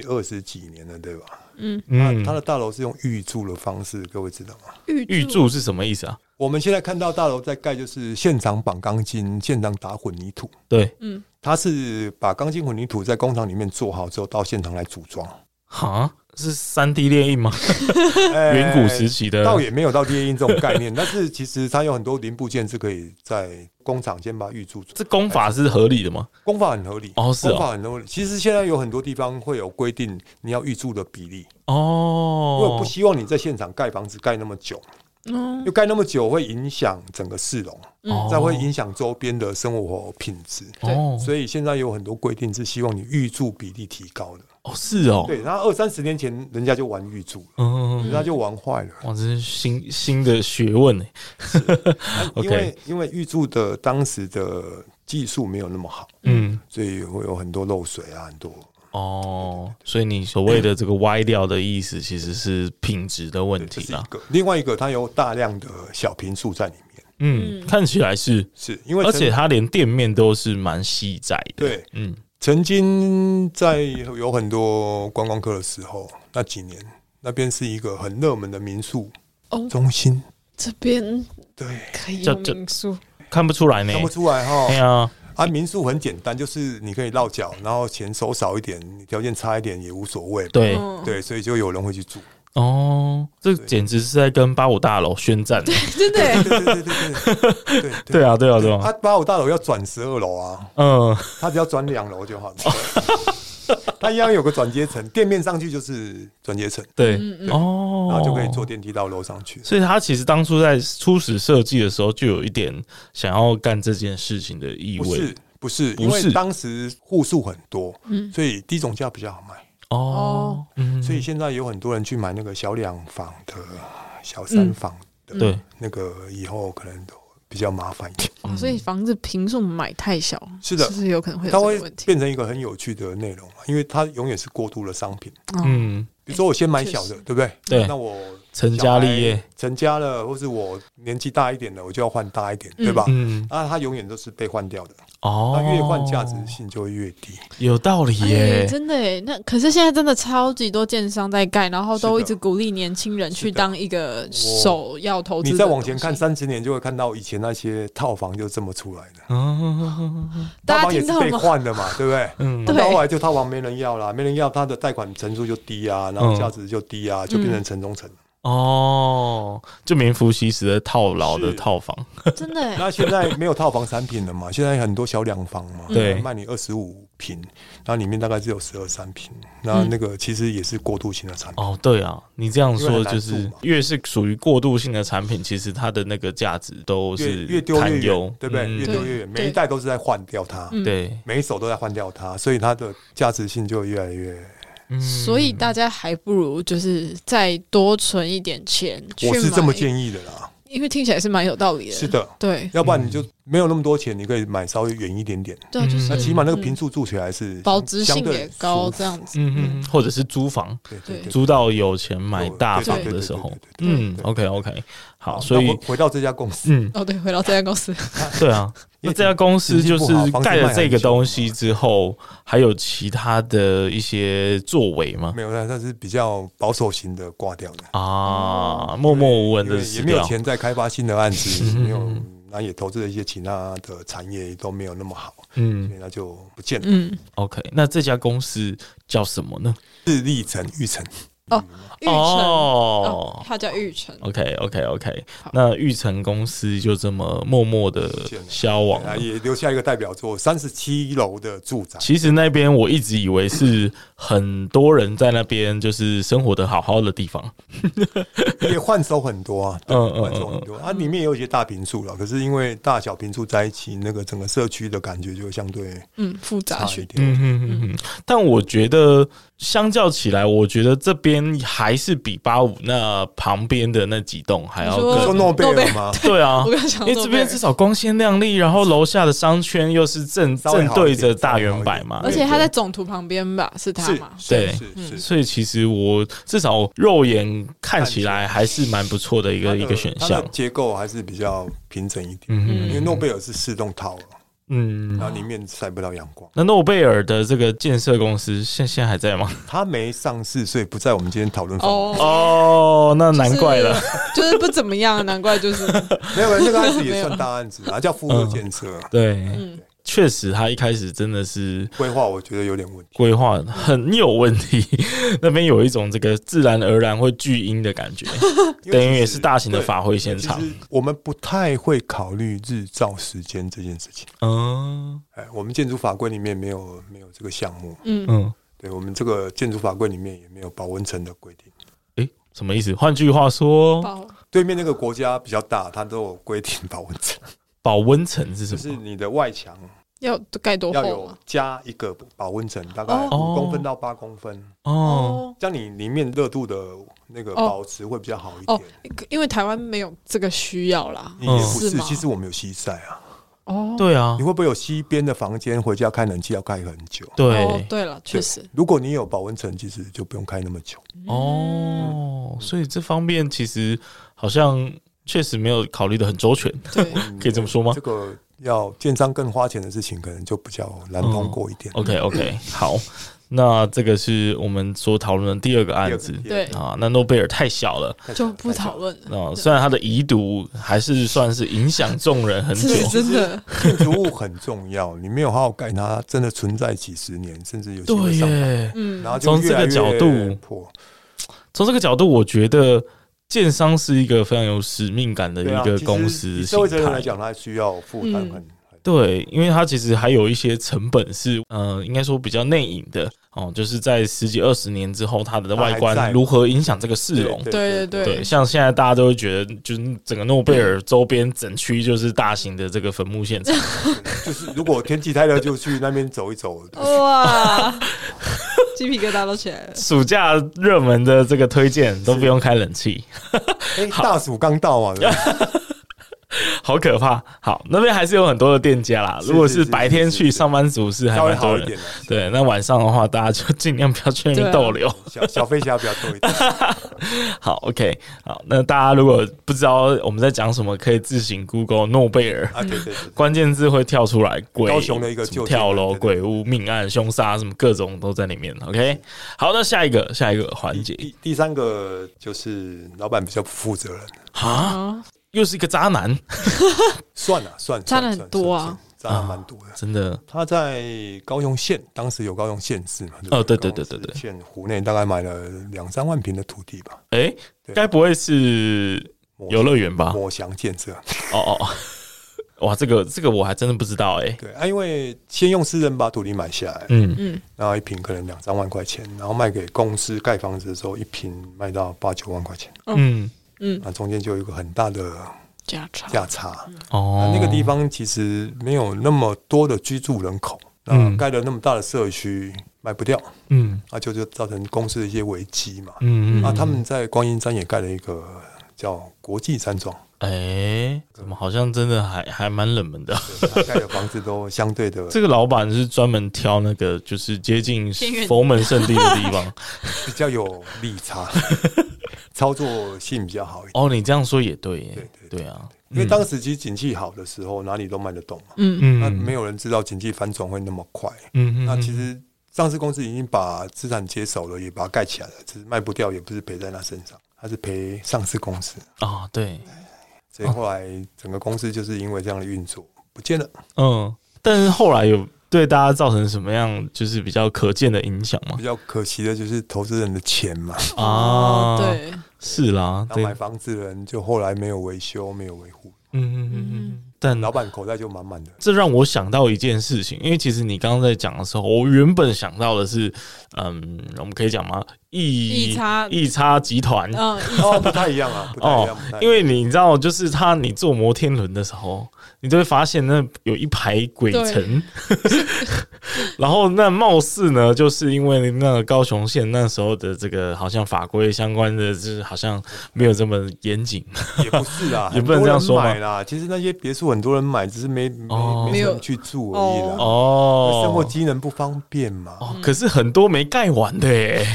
D: 二十几年了，对吧？
A: 嗯，
D: 它的大楼是用预祝的方式，各位知道吗？
A: 预祝是什么意思啊？
D: 我们现在看到大楼在盖，就是现场绑钢筋，现场打混凝土。
A: 对，
D: 它是把钢筋混凝土在工厂里面做好之后，到现场来组装。
A: 哈，是三 D 猎印吗？
D: 哎
A: 远古时期的
D: 倒也没有到猎鹰这种概念，但是其实它有很多零部件是可以在工厂先把它预铸出来。
A: 这功法是合理的吗？
D: 工法很合理
A: 哦是哦
D: 工法很合理。其实现在有很多地方会有规定，你要预注的比例，因为我
A: 哦
D: 不，希望你在现场盖房子盖那么久，因为盖那么久会影响整个市容，
A: 哦
D: 再会影响周边的生活品质。
A: 哦，
D: 所以现在有很多规定是希望你预注比例提高的。
A: 哦是哦，
D: 对，然后二三十年前人家就玩预注了，
A: 嗯，
D: 人家就玩坏了。
A: 哇，这是新新的学问哎，哦
D: 因为因为预注的当时的技术没有那么好，
A: 嗯，
D: 所以会有很多漏水啊，很多
A: 哦，所以你所谓的这个歪掉的意思，其实是品质的问
D: 对这
A: 题
D: 是
A: 啦
D: 一。个。另外一个，它有大量的小平数在里面，
A: 嗯，看起来是，
D: 是因为
A: 而
D: 曾
A: 且它连店面都是蛮细窄的。
D: 对
A: 嗯，
D: 曾经在有很多观光客的时候，那几年那边是一个很热门的民宿
C: 哦，
D: 中心，
C: 这边
D: 对，
C: 可以
A: 这
C: 用
A: 这
C: 民宿，
A: 看不出来呢
D: 看。不出来
A: 哎
D: 哈。
A: 呀，
D: 啊，民宿很简单，就是你可以落脚，然后钱收少一点，条件差一点也无所谓。
A: 对，
C: 嗯，
D: 对，所以就有人会去住。
A: 哦，这简直是在跟八五大楼宣战。
C: 真的耶
D: 对对对对对对
A: 对啊，对啊，对
D: 他
A: 啊。
D: 八五大楼要转十二楼啊，
A: 嗯，
D: 他只要转两楼就好了。 他一样有个转接层，店面上去就是转接层，
A: 对
C: 嗯，嗯
A: 哦，
D: 然后就可以坐。电梯到楼上去。
A: 所以他其实当初在初始设计的时候，就有一点想要干这件事情的意
D: 不
A: 味
D: 是。不是，
A: 不
D: 因为
A: 是
D: 当时户数很多，
C: 嗯
D: 所以低总价比较好卖，
A: 哦，嗯，
D: 所以现在有很多人去买那个小两房的、小三房的，
C: 嗯
A: 对，
D: 那个以后可能都比较麻烦一 点。
C: 哦所以房子平数买太小，
D: 是的
C: 是不是有可能会有
D: 它
C: 这
D: 会
C: 个问题？
D: 变成一个很有趣的内容嘛，啊因为它永远是过度的商品。
C: 嗯，
A: 嗯，
D: 比如说我先买小
C: 确
D: 的，
C: 实
D: 对不对？
A: 对
D: 那我
A: 成家立
D: 小
A: 业
D: 孩，啊成家了，或是我年纪大一点了，我就要换大一点，
C: 嗯
D: 对吧？
A: 嗯，
D: 那它永远都是被换掉的，
A: 哦
D: 那，越换价值性就会越低。
A: 有道理
C: 哎
A: 耶。
C: 真的哎，那可是现在真的超级多建商在盖，然后
D: 是
C: 都
D: 的
C: 一直鼓励年轻人去
D: 是的
C: 当一个首要投资。
D: 你再往前看，三十年，就会看到以前那些套房就这么出来的，
A: 嗯
C: 大
D: 套
C: 家
D: 房也
C: 听
D: 是
C: 到
D: 被
C: 吗？
D: 换 的嘛，对不对？
A: 嗯
C: 对
D: 那到后来就套房没人要啦，没人要，它的贷款成数就低啊，然后
A: 嗯
D: 价值就低啊，就变
C: 嗯
D: 成城中城。
A: 哦，就名副其实的套牢的
D: 是
A: 套房，
C: 真的哎，
D: 那现在没有套房产品了嘛？现在很多小两房嘛，
A: 对
D: 卖你二十五平，然后里面大概只有十二三平，那
C: 嗯
D: 那个其实也是过渡型的产品。
A: 哦，对啊，你这样
D: 因为
A: 说
D: 很难
A: 就是
D: 住嘛
A: 越是属于过渡性的产品，其实它的那个价值都
D: 越
A: 是
D: 越丢
A: 堪
D: 越
A: 忧
D: 远，，对不对？
A: 嗯
D: 越丢越远，
C: 对
D: 每一代都是在换掉它，
C: 嗯
A: 对，
D: 每一手都在换掉它，所以它的价值性就越来越。
A: 嗯
C: 所以大家还不如就是再多存一点钱去
D: 我是这
C: 买
D: 么建议的啦，
C: 因为听起来是蛮有道理的。
D: 是，的，
C: 对
D: 要不然你就没有那么多钱，你可以买稍微远一点点，
C: 对啊，
A: 嗯
C: 就是
D: 那起码那
C: 嗯
D: 个平数住起来是
C: 保值
D: 相
C: 性
D: 对
C: 也高，
D: 舒服
C: 这样子。
A: 嗯嗯，或者是租房，
D: 对
C: 对
D: 对对。
A: 租到有钱买大
D: 对
A: 房
D: 对
A: 的
D: 对
A: 时
D: 对
A: 候
D: 对对，对
A: 嗯
D: 对
A: ，OK OK，好，
D: 那
A: 所
D: 我
A: 以
D: 回到这家公司，
A: 嗯，
C: 哦，对，回到这家公司，
A: 对 啊，那这家公司就是盖了这个东西之后，还有其他的一些作为吗？
D: 没有，那那是比较保守型的挂掉的。
A: 啊，默默无闻
D: 因
A: 的
D: 为
A: 死
D: 哦也没有
A: 掉。
D: 钱在开发新的 案子，
A: 嗯
D: 没有，那也投资了一些其他的产业都没有那么好，所
A: 嗯
D: 以那就不见了。
C: 嗯，
A: ，OK，那这家公司叫什么呢？
D: 日历城、玉城，
C: 玉成，
A: 哦
C: 哦，它叫玉成，
A: OK OK OK，
C: 好
A: 那玉成公司就这么默默的
D: 见了
A: 消亡
D: 啊，
A: 了。
D: 也留下一个代表作，三十七楼的住宅。
A: 其实那边我一直以为是很多人在那边就是生活的好好的地方。
D: 也换手很多啊，对
A: 嗯嗯
D: 换手很多啊，里面也有一些大平数了，可是因为大小平数在一起，那个整个社区的感觉就相对
C: 嗯，复杂
D: 差一
C: 学，
A: 嗯
D: 点。
A: 哼哼哼，但我觉得相较起来，我觉得这边还是比八五那旁边的那几栋还要
C: 你
D: 你说
A: 更
D: 诺贝
C: 诺贝
D: 尔
C: 尔
D: 吗？
A: 对啊
C: 我。刚想
D: 哎
A: 因为
C: 诺
A: 这
C: 贝尔
A: 边至少光鲜亮丽，然后楼下的商圈又是正
D: 稍微
A: 正
D: 好
A: 对
D: 一点
A: 着
D: 稍
A: 大
D: 微
A: 圆
D: 好一
A: 柏
D: 点
A: 嘛，
C: 而且它在总图旁边吧，是它
D: 是
C: 嘛？
A: 对
D: 是是是，
A: 所以其实我至少肉眼看起来还是蛮不错的一
D: 它
A: 个
D: 的
A: 一个选
D: 它
A: 项
D: 的。结构还是比较平整一点。因为
A: 嗯
D: 诺贝尔是四栋塔楼，
A: 嗯
D: 然，后里面晒不到阳光。
A: 那诺贝尔的这个建设公司现现在还在吗？
D: 它没上市，所以不在我们今天讨论范围。
C: 哦，
A: 哦，那难怪了。
C: 就是不怎么样，难怪就是
D: 没有，没有那个案子也算大案子啊，叫富乐建设。
A: 对，
C: 嗯，
A: 确实他一开始真的是
D: 规划我觉得有点问题。
A: 规划很有问题， 那边有一种这个自然而然会巨婴的感觉，
D: 因为
A: 等
D: 其
A: 于
D: 实
A: 也是大型的
D: 对
A: 法会现场
D: 其。实我们不太会考虑日照时间这件事情。
A: 嗯
D: 哎，我们建筑法规里面没有没有这个项目，
C: 嗯，
A: 嗯，
D: 对我们这个建筑法规里面也没有保温层的规定。
A: 诶，什么意思？换句话说，
C: 爆
D: 对面那个国家比较大，它都有规定保温层，
A: 保温层是
D: 就
A: 什
D: 是
A: 么？
D: 你的外墙
C: 要盖多
D: 要
C: 厚啊
D: 有
C: 嘛？
D: 加一个保温层，大概
A: 哦
D: 五公分到八公分，
A: 哦，
C: 哦
D: 这样你里面热度的那个保持会比较好一
C: 哦
D: 点。，
C: 因为台湾没有这个需要啦。
D: 你也不
C: 是
D: 是，
C: 吗
D: 其实我们有西晒啊。
C: 哦，
A: 对啊
D: 你，会不会有西边的房间回家开冷气要开很久？
C: 哦
A: 对，
C: 对了，确实，
D: 如果你有保温层，其实就不用开那么久。
A: 哦，所以这方面其实好像确实没有考虑的很周 全，
C: 对，
A: 可以这么说吗
D: 这个要建商更花钱的事情，可能就比较难通过一点。
A: ？OK OK，好，那这个是我们所讨论的第二个
D: 第
A: 案
D: 二个
A: 子
D: 题
C: 对
A: 啊。那诺贝尔太小了，
D: 太小
C: 就
D: 了
C: 不讨。论了。
A: 那哦虽然他的遗毒还是算是影响众人很
C: 这
A: 久，
C: 是真的，
D: 太小了建筑物很重要，你没有好好盖它，真的存在几十年，甚至有些
A: 对
D: 会上百。
A: 耶。
C: 嗯
D: 然，后就越来越
A: 从这个角度
D: 破，
A: 从这个角度，我觉得建商是一个非常有使命感的
D: 对啊
A: 一个
D: 其实
A: 公
D: 以
A: 司
D: 社
A: 形
D: 会责任来
A: 态。
D: 讲，它需要负担
C: 嗯
D: 很很
A: 对，因为它其实还有一些成本是，呃，应该说比较内隐的哦，就是在十几二十年之后，它的
D: 它还
A: 外
D: 在
A: 观如何影响这个市容。
C: 对对
A: 对，像现在大家都会觉得，就是整个诺贝尔周边整区就是大型的这个坟墓 现场，
D: 就是如果天气太热，就去那边走一 走。
C: 哇，鸡皮疙瘩都起来了。
A: 暑假热门的这个推荐都不用开冷气，
D: 哎，大暑刚到啊，对
A: 好可怕。好，那边还是有很多的店家啦。
D: 是
A: 如果
D: 是
A: 是
D: 是
A: 白天
D: 是是
A: 去上班族是还
D: 稍微
A: 蛮多
D: 好一
A: 人
D: 点，了。
A: 对，那晚上的话，大家就尽量不要去那边
C: 对啊
A: 逗留。
D: 小小飞侠比较多一点。
A: 好，OK，好，那大家如果不知道我们在讲什么，可以自行 Google 诺贝尔。
D: 啊，对对对对，
A: 关键字会跳出来，鬼
D: 高雄的一个
A: 什么
D: 旧
A: 跳
D: 建
A: 楼、
D: 对对
A: 鬼屋、命案、凶杀，什么各种都在里面。OK，好，那下一个下一个环节
D: 第第三个就是老板比较不负责任，
A: 啊，
C: 啊，
A: 又是一个渣男，
D: 算了算，
C: 差
D: 算
C: 得很
D: 算
C: 多啊
D: 算算差了蛮多的。
A: 真的
D: 他在高雄县，当时有高雄县市嘛？不
A: 哦对对
D: 高雄
A: 对对对
D: 市县湖内大概买了两三万平的土地吧，
A: 哎，
D: 对
A: 该不会是
D: 抹
A: 游乐园吧？
D: 抹祥建设。
A: 哦哦哦，哇，这个这个我还真的不知道哎、
D: 对啊，因为先用私人把土地买下来，
A: 嗯，
C: 嗯，
D: 然后一平可能两三万块钱，然后卖给公司盖房子的时候，一平卖到八九万块钱，
C: 哦
A: 嗯
D: 那中间就有一个很大的
C: 加长，
D: 价差。
A: 哦
D: 那，那个地方其实没有那么多的居住人口，那
A: 嗯
D: 盖了那么大的社区卖不掉，
A: 嗯
D: 那就就造成公司的一些危机嘛。啊
A: 嗯嗯，
D: 那他们在观音山也盖了一个叫国际山庄，
A: 哎、怎么好像真的还还蛮冷门的？
D: 对他盖的房子都相对的
A: 这个老板是专门挑那个就是接近
C: 偏远
A: 佛门圣地的地 方。
D: 比较有利 差，操作性比较好一点。
A: 哦，你这样说也对耶
D: 对，
A: 对啊，
D: 因为当时其实景气好的时候，哪里都卖得动嘛。
C: 嗯
A: 嗯
D: 那没，有人知道经济反转会那么快。
A: 嗯嗯
D: 那其实上市公司已经把资产接手了，也把它盖起来了，只是卖不掉，也不是赔在他身上，他是赔上市公司。
A: 啊，对，
D: 所
A: 哦
D: 以后来整个公司就是因为这样的运作不见了，
A: 嗯，但是后来有对大家造成什么样就是比较可见的影响吗
D: 比？较可惜的就是投资人的钱嘛，
A: 啊，，
C: 哦对，
A: 是啦，
D: 然后
A: 对，
D: 买房子的人就后来没有维修，没有维护，
A: 嗯嗯嗯，但
D: 老板口袋就满 满的。
A: 这让我想到一件事情，因为其实你刚刚在讲的时候，我原本想到的是，嗯，我们可以讲吗？易
C: 易差
A: 易差集团，
C: 嗯，
D: 哦，不太一 样啊，不太一样，
A: 哦
D: 不太一样
A: 因为你知道，就是他你坐摩天轮的时候，你就会发现那有一排鬼城， 然后那貌似呢，就是因为那个高雄县那时候的这个好像法规相关的，就是好像没有这么严谨，，
D: 也不是啦
A: 也不能这样说嘛
D: 很多人买啦。其实那些别墅很多人买，只是没
A: 哦
D: 没没什么人去住而已啦。
A: 哦，
D: 生活机能不方便嘛，
A: 哦，可是很多没盖完的耶，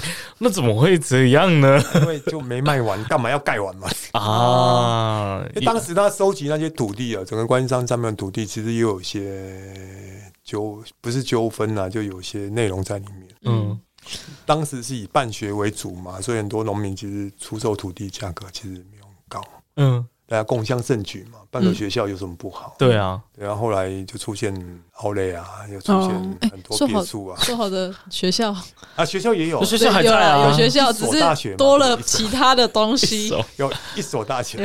A: 那怎么会这样呢？
D: 因为就没卖完，干嘛要盖完嘛？
A: 啊，
D: 因为当时他收集那些土地啊，整个关山上面的土地其实也有一些纠，不是纠纷啦，就有一些内容在里面。
A: 嗯
D: 当时是以办学为主嘛，所以很多农民其实出售土地价格其实没有很高。
A: 嗯
D: 大家共襄盛举嘛，办个学校有什么不好？
A: 对啊，
D: 对啊，后来就出现奥莱啊，又出
C: 哦
D: 现，
C: 哎
D: 很，多
C: 说好
D: 别墅啊，
C: 说好的学校，
D: 啊，学校也有
A: 就，学校还
C: 有
A: 在
C: 啦
A: 啊，
C: 有学校，
D: 一
C: 只
D: 所
C: 是
D: 大学嘛
C: 多了其他的东西。
A: 手
D: 有一所大学，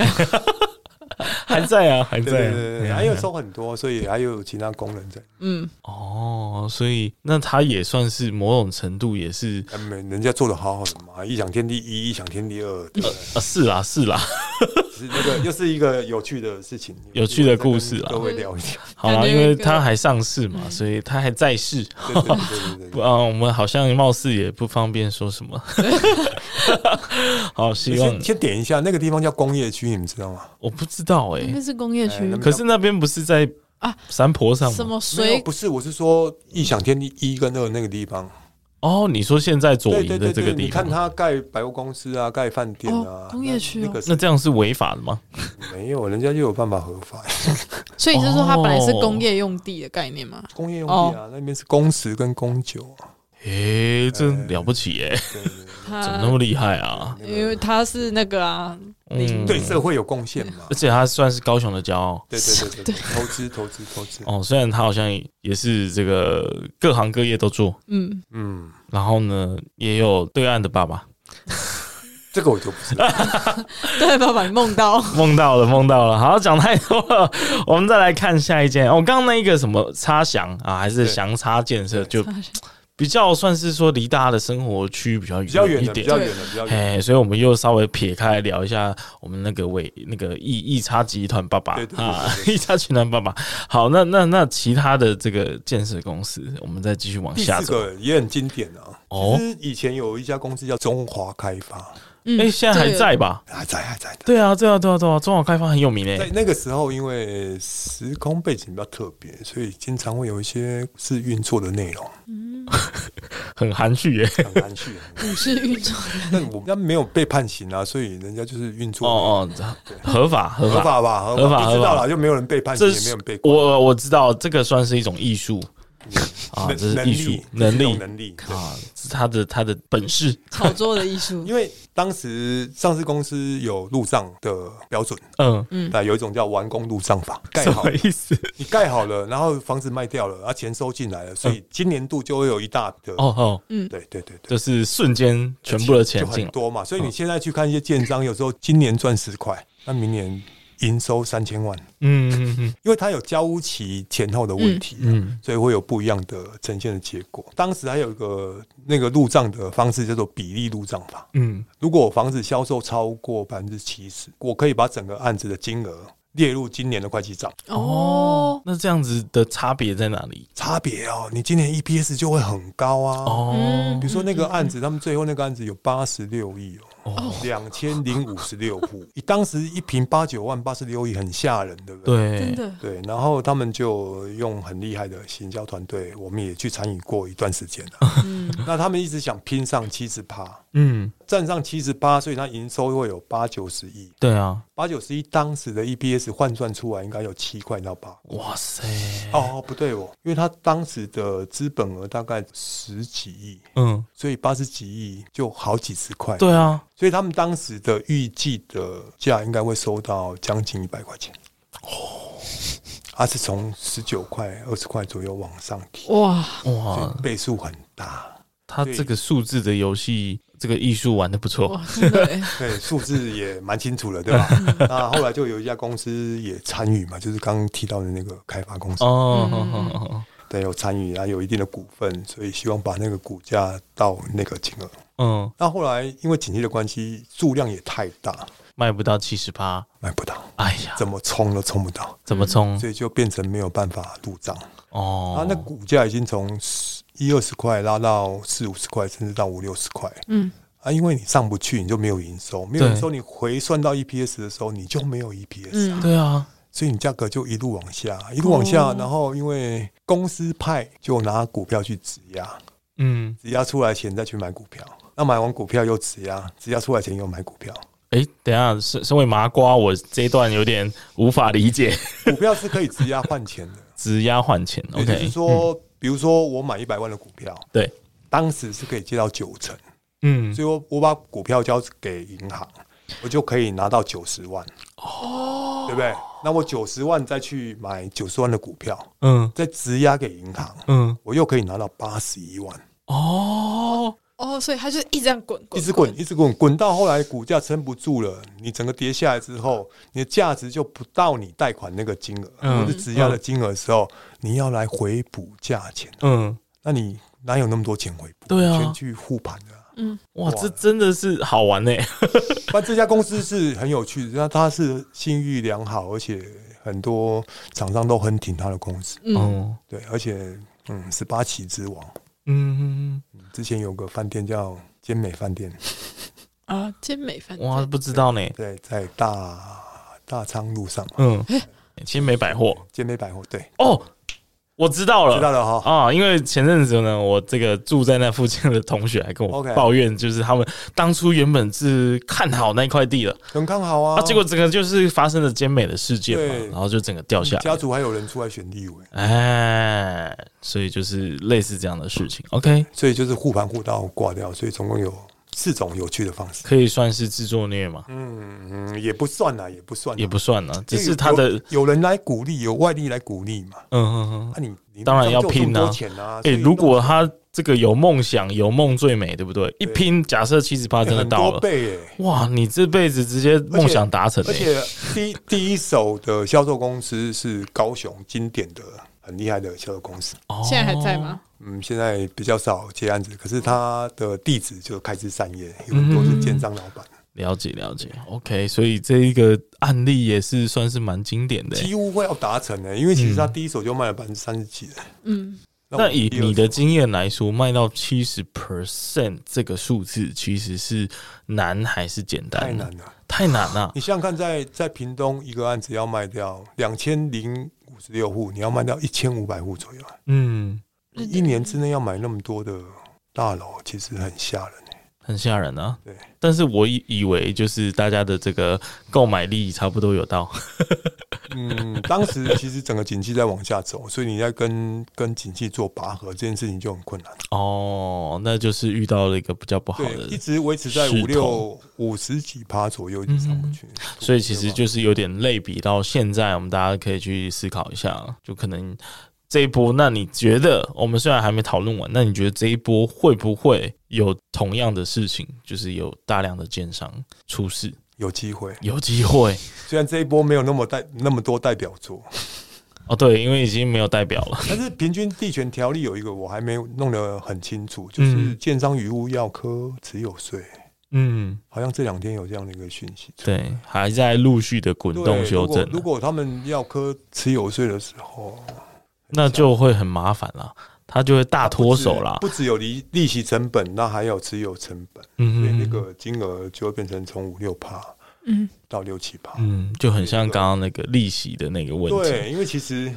A: 还在啊，还
D: 对
A: 在
D: 对
A: 啊，
D: 对对，还有收很多，所以还有其他功能在。
C: 嗯，
A: 哦，所以那他也算是某种程度也是
D: 他们哎人家做的好好的嘛，异想天地一，异想天地二，对不对？
A: 啊，是啦是啦，
D: 是那个又是一个有趣的事情，
A: 有趣的故事啊
D: 各位聊一聊。
A: 好啦，
C: 感觉
A: 因为
C: 一个嗯
A: 他还上市嘛，所以他还在世。
D: 对对对对
A: 不
D: 对
A: 啊，我们好像貌似也不方便说什 么。好，
D: 对，
A: 希望
D: 先先点一下那个地方叫工业区，你们知道吗？
A: 我不知道哎、
C: 应该是工业
D: 哎
C: 区
D: 那边
A: 可是那边不是在
C: 啊
A: 山坡上
C: 什
A: 吗？
C: 么
D: 没有
C: 水
D: 不是，我是说异想天地一跟二那个地方。
A: 哦，你说现在左
D: 对
A: 营
D: 对
A: 的
D: 对
A: 这个
D: 对，
A: 地
D: 你
A: 方
D: 看，他盖百货公司啊，盖饭店
C: 哦
D: 啊，
C: 工业区哦
D: 那那个是
A: 那这样是违法的吗？
D: 没有，人家就有办法合法。
C: 所以你是说它本来是
A: 哦
C: 工业用地的概念吗？
D: 工业用地啊，那边是工时跟工酒啊。
A: 诶、
D: 呃
A: 真了不起哎、
D: 对对对
A: 怎么
C: 它
A: 那么厉害啊？
D: 那个
C: 因为它是那个啊，
A: 嗯，
D: 对社会有贡献嘛
A: 而？且他算是高雄的骄傲
D: 对对对对，对投资投资投资。
A: 哦，虽然他好像也是这个各行各业都做，
C: 嗯，
D: 嗯，
A: 然后呢也有对岸的爸爸，
D: 这个我就不知道。
C: 对，爸爸你梦到
A: 梦到了，梦到了。好，讲太多了，我们再来看下一件。哦，刚刚那一个什么插翔啊，还是
D: 对
A: 翔插建设，就比较算是说离大家的生活区比较
D: 比较远
A: 一
D: 的，比
A: 点。
D: 较远的，比较远的。
A: 哎，所以我们又稍微撇开来聊一下我们那个伟那个易易差集团爸爸
D: 对对对
A: 啊，
D: 对
A: 易差集团爸爸。好，那那那其他的这个建设公司，我们再继续往
D: 第
A: 下
D: 四
A: 走。
D: 个也很经典啊。
A: 哦
D: 其实以前有一家公司叫中华开发，
C: 嗯，
A: 哎，现在还
C: 这个
A: 在吧？
D: 还在还在的。
A: 对啊，对啊，对啊，对啊，中华开发很有名
D: 在
A: 诶。
D: 那个时候，因为时空背景比较特别，所以经常会有一些是运作的内 容，
A: 很含蓄 耶。
D: 很含蓄。很含
C: 股
D: 蓄
C: 市运作，
D: 但我们家没有被判刑啊，所以人家就是运作
A: 哦哦，合法合
D: 合
A: 法
D: 法吧？
A: 合法
D: 不知道
A: 合法
D: 啦，就没有人被判刑，
A: 这
D: 也没
A: 是
D: 有人被关
A: 我我知道这个算是一种艺 术啊，这是
D: 能
A: 艺术
D: 力
A: 能
D: 这种
A: 力
D: 能力。对
A: 啊，是他的他的本事
C: 炒作的艺术，
D: 因为当时上市公司有入账的标准，
A: 嗯。
D: 那有一种叫完工入账法，盖
A: 什
D: 好
A: 么意思？
D: 你盖好了，然后房子卖掉了，啊，钱收进来了，所以今年度就会有一大的，
A: 哦哦，
D: 对对对对，
A: 就是瞬间全部的钱
D: 就
A: 进
D: 很
A: 来，嗯
D: 多嘛。所以你现在去看一些建商，有时候今年赚十块，那明年营收三千万，
A: 嗯嗯嗯
D: 因为它有交屋期前后的问题、啊
A: 嗯，
D: 所以会有不一样的呈现的结果。当时还有一个那个入账的方式叫做比例入账法，
A: 嗯，
D: 如果我房子销售超过百分之七十，我可以把整个案子的金额列入今年的会计账。
C: 哦，
A: 那这样子的差别在哪里？
D: 差别哦，你今年 EPS 就会很高啊。
A: 哦
C: 嗯
D: 比如说那个案子，他们最后那个案子有八十六亿嗯哦，两千零五十六户，以当时一平八九万，八十六亿很吓人，对不对？
A: 对
C: 真，的，
D: 对，然后他们就用很厉害的行销团队，我们也去参与过一段时间了。
C: 嗯，
D: 那他们一直想拼上七十趴，
A: 嗯，
D: 站上七十趴，所以它营收会有八九十亿。
A: 对啊，
D: 八九十一当时的 EPS 换算出来应该有七块到八。
A: 哇塞，
D: 哦，不对哦，因为它当时的资本额大概十几亿，
A: 嗯，
D: 所以八十几亿就好几十块。，
A: 对啊，
D: 所以他们当时的预计的价应该会收到将近一百块钱。哦，它是从十九块、二十块左右往上提，
C: 哇，
D: 所
A: 哇，
D: 以倍数很大。
A: 他这个数字的游戏，这个艺术玩的不哎错，
C: 哇，真的耶，
D: 对，数字也蛮清楚了，对 吧？那后来就有一家公司也参与嘛，就是刚刚提到的那个开发公司。
A: 哦
C: 嗯
A: 哦哦，哦
D: 对，有参与，然后有一定的股份，所以希望把那个股价到那个金额。
A: 嗯，
D: 那后来因为景气的关系，数量也太大，
A: 卖不到七十趴，
D: 买不到，
A: 哎呀，
D: 怎么冲都冲不到，
A: 怎么冲？
D: 所以就变成没有办法入账。
A: 哦，
D: 啊，那股价已经从十一二十块拉到四五十块，甚至到五六十块。
C: 嗯，
D: 啊，因为你上不去，你就没有营收，没有
A: 对
D: 营收，你回算到 EPS 的时候，你就没有 EPS 啊，
C: 嗯
A: 对啊，
D: 所以你价格就一路往下，一路往下。
C: 哦
D: 然后因为公司派就拿股票去质押，
A: 嗯，
D: 质押出来钱再去买股票，那买完股票又质押，质押出来钱又买股票。
A: 哎、等一下，身身为麻瓜，我这一段有点无法理解，
D: 股票是可以质押换钱的，
A: 质押换钱
D: 也就
A: ，OK，
D: 是说，比如说我买一百万的股票，
A: 对，
D: 当时是可以借到九成，
A: 嗯
D: 所以我我把股票交给银行，我就可以拿到九十万，哦，对不对？那我九十万再去买九十万的股票，
A: 嗯
D: 再质押给银行，
A: 嗯，
D: 我又可以拿到八十一万，
A: 哦，
C: 哦，所以他就一直这样滚，
D: 一直滚，一直滚，滚到后来股价撑不住了，你整个跌下来之后，你的价值就不到你贷款那个金额、
A: 嗯
D: 或者质押的金额的时候，你要来回补价钱，
A: 嗯，
D: 那你哪有那么多钱回补？
A: 对啊
D: 全去护盘的、啊。
A: 哇，这真的是好玩呢、
D: 但这家公司是很有趣的，那它是信誉良好，而且很多厂商都很挺它的公司。
C: 嗯，
A: 哦，
D: 对，而且嗯，十八旗之王，
A: 嗯，
D: 之前有个饭店叫健美饭店，
C: 啊，健美饭店
A: 哇，不知道呢、
D: 对，在大大昌路上嘛，
A: 嗯，千美百货
D: 健美百货，对，
A: 哦，我知道了，
D: 知道了哈。
A: 啊，因为前阵子呢，我这个住在那附近的同学还跟我
D: OK
A: 抱怨，就是他们当初原本是看好那块地了，
D: 很看好啊，
A: 啊，结果整个就是发生了兼美的事件嘛
D: 对，
A: 然后就整个嗯掉下
D: 家
A: 来。
D: 族还有人出来选立委，
A: 哎，所以就是类似这样的事情。OK，
D: 所以就是护盘护到挂掉，所以总共有四种有趣的方式。
A: 可以算是自作孽嘛，
D: 嗯嗯，也不算啦，也不算啦，
A: 也不算了，只
D: 因为
A: 是他的，嗯
D: 有有人来鼓励，有外力来鼓励嘛。
A: 嗯嗯。
D: 那、啊你你
A: 当然要
D: 就这么
A: 拼啊
D: 多钱啊！
A: 哎、
D: 所以
A: 如果他这个有梦想，有梦最美，对不对？一
D: 对
A: 拼，假设七十八
D: 弄
A: 真的
D: 很
A: 到
D: 多
A: 了，
D: 倍耶、
A: 哇，你这辈子直接梦想达成、欸，
D: 而且第第一手的销售公司是高雄经典的很厉害的销售公司，
A: 哦
C: 现在还在？吗？
D: 嗯，现在比较少接案子，可是它的地址就开枝散叶，有很多是建商老板，
A: 了解了解，OK，所以这一个案例也是算是蛮经典的欸、
D: 几乎会要达成的、因为其实它第一手就卖了百分之三十几的。
C: 嗯，
A: 嗯
D: 我
A: 那以
D: 第二手
A: 你的经验来说，卖到七十 percent 这个数字，其实是难还是简单？
D: 太难，了，
A: 太难啊 了、
D: 你想想看在，在屏东一个案子要卖掉两千零五十六户，你要卖掉一千五百户左右，啊
A: 嗯，
D: 你一年之内要买那么多的大楼，其实很吓人、欸。
A: 很吓人啊。
D: 对，
A: 但是我以以为就是大家的这个购买力差不多有到，
D: 嗯，当时其实整个景气在往下走，所以你在跟跟景气做拔河这件事情就很困难。
A: 哦，那就是遇到了一个比较不好
D: 对，一
A: 的，
D: 直维持在
A: 势
D: 五六五十几趴左右，一直
A: 嗯
D: 上不去。
A: 所以其实就是有点类比到现在，我们大家可以去思考一下，就可能这一波，那你觉得我们虽然还没讨论完，那你觉得这一波会不会有同样的事情，就是有大量的奸商出事，
D: 有机会，
A: 有机会
D: 虽然这一波没有那么代那么多代表作，
A: 哦？对，因为已经没有代表了，
D: 但是平均地权条例有一个我还没有弄得很清楚，就是
A: 嗯
D: 建商余屋要科持有税，
A: 嗯，
D: 好像这两天有这样的一个讯息出来。
A: 对，还在陆续的滚
D: 对，
A: 动修
D: 如果
A: 正啊、
D: 如果他们要科持有税的时候，
A: 那就会很麻烦了，他就会大啊脱手啦。
D: 不只有利利息成本，那还有持有成本，所以
A: 嗯
D: 那个金额就会变成从五六趴，
C: 嗯，
D: 到六七趴。
A: 嗯，就很像刚刚那个利息的那个问题，
D: 对，因为其实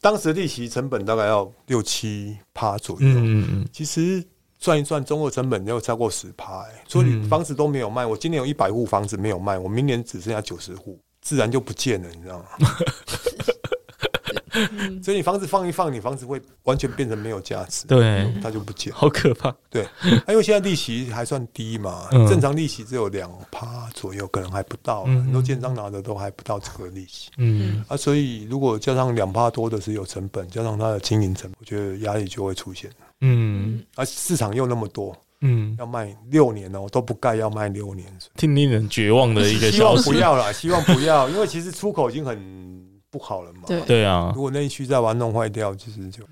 D: 当时的利息成本大概要六七趴左右，
A: 嗯嗯嗯，
D: 其实算一算，中二成本要超过十趴、欸，所以
A: 嗯
D: 你房子都没有卖。我今年有一百户房子没有卖，我明年只剩下九十户，自然就不见了，你知道 吗？所以你房子放一放，你房子会完全变成没有价值，
A: 对，
D: 它就不见了。
A: 好可怕。
D: 对，啊因为现在利息还算低嘛，
A: 嗯
D: 正常利息只有两趴左右，可能还不到，
A: 嗯
D: 很多建商拿的都还不到这个利息。
A: 嗯，
D: 啊，所以如果加上两趴多的持有成本，加上它的经营成本，我觉得压力就会出现。
A: 嗯
D: 啊，市场又那么多，
A: 嗯，
D: 要卖六年哦，都不盖要卖六年，
A: 挺令人绝望的一个
D: 希望
A: 消息
D: 不。要啦，希望不要，因为其实出口已经很不好了嘛。
C: 对
A: 对啊
D: 如，果内需再把它弄坏掉，其实就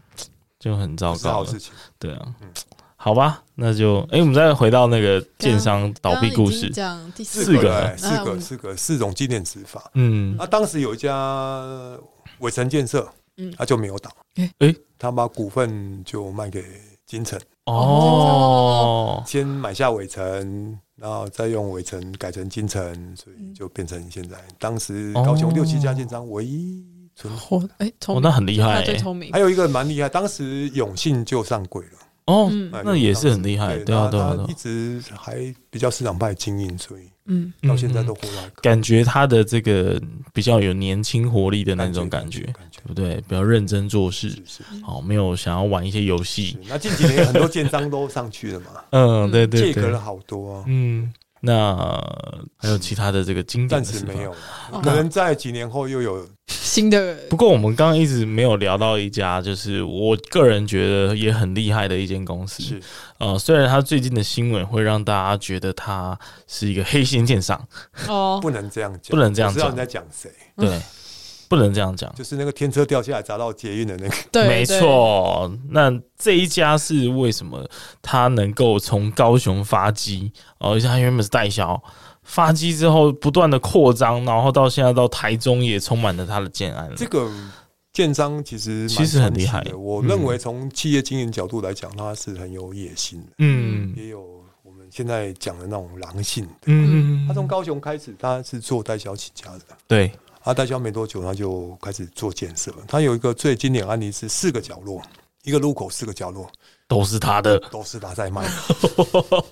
A: 就很糟
D: 不是
A: 糕
D: 好
A: 了
D: 事。情。
A: 对啊
D: 嗯，
A: 好吧，那就哎，我们再回到那个建商倒闭故
C: 刚刚已
A: 事
C: 经。讲第四
A: 四个
D: 了
A: 人
D: 哎四
C: 那我
D: 个，
C: 们
D: 四个，四种经典指法。
A: 嗯，
D: 啊，当时有一家伟城建设，
C: 嗯
D: 他就没有倒，
A: 哎，
D: 他把股份就卖给金城，
A: 哦，
D: 先买下伟城，然后再用伟城改成金城，所
C: 嗯
D: 以就变成现在当时高雄
A: 哦
D: 六七家建商唯一存活。
C: 活哎，聪
A: 哦，
C: 明，
A: 那很厉
C: 他
A: 害
C: 最
A: 欸。
C: 聪明
D: 还，有一个蛮厉害，当时永信就上柜了，
A: 哦，
C: 嗯
D: 哎
A: 那也是很厉害对啊
D: 他
A: 对啊
D: 他
A: 对啊
D: 一直还比较市场派经营，所以
C: 嗯，
D: 到现在
A: 嗯
D: 都活来
A: 感觉他的这个比较有年轻活力的那种感觉，
D: 感觉
A: 对不对？比较认真做
D: 是
A: 事，
D: 是
A: 好，哦没有想要玩一些游
D: 是
A: 戏。。
D: 那近几年很多建商都上去了嘛，
A: 嗯，对对
D: 借壳
A: 对
D: 了，好多啊，
A: 嗯，那还有其他的这个经典
D: 嗯暂
A: 的事
D: 时
A: 吗
D: 没有。，
C: 哦
D: 可能在几年后又有
C: 新的
A: 不过我们刚刚一直没有聊到一家，就是我个人觉得也很厉害的一间公司。
D: 是
A: 呃，虽然它最近的新闻会让大家觉得它是一个黑心建商，
C: 哦
D: 不能这样讲，
A: 不能这样
D: 我知道
A: 讲
D: 你在讲谁，
A: 对，不能这样讲。
D: 就是那个天车掉下来砸到捷运的那个。
C: 对，
A: 没
C: 对，
A: 错，那这一家是为什么它能够从高雄发迹？哦，而且它原本是代销，发迹之后不断的扩张，然后到现在到台中也充满了它的建案了。
D: 这个建商其实蛮
A: 其实很厉害
D: 传奇的我
A: 嗯
D: 认为从企业经营角度来讲，他是很有野心的，
A: 嗯
D: 也有我们现在讲的那种狼性的。
A: 嗯，
D: 他从高雄开始，他是做代销起家的。
A: 对，
D: 他代销没多久，他就开始做建设。他有一个最经典案例是四个角落，一个路口四个角落
A: 都是他 的，
D: 都是他在卖的。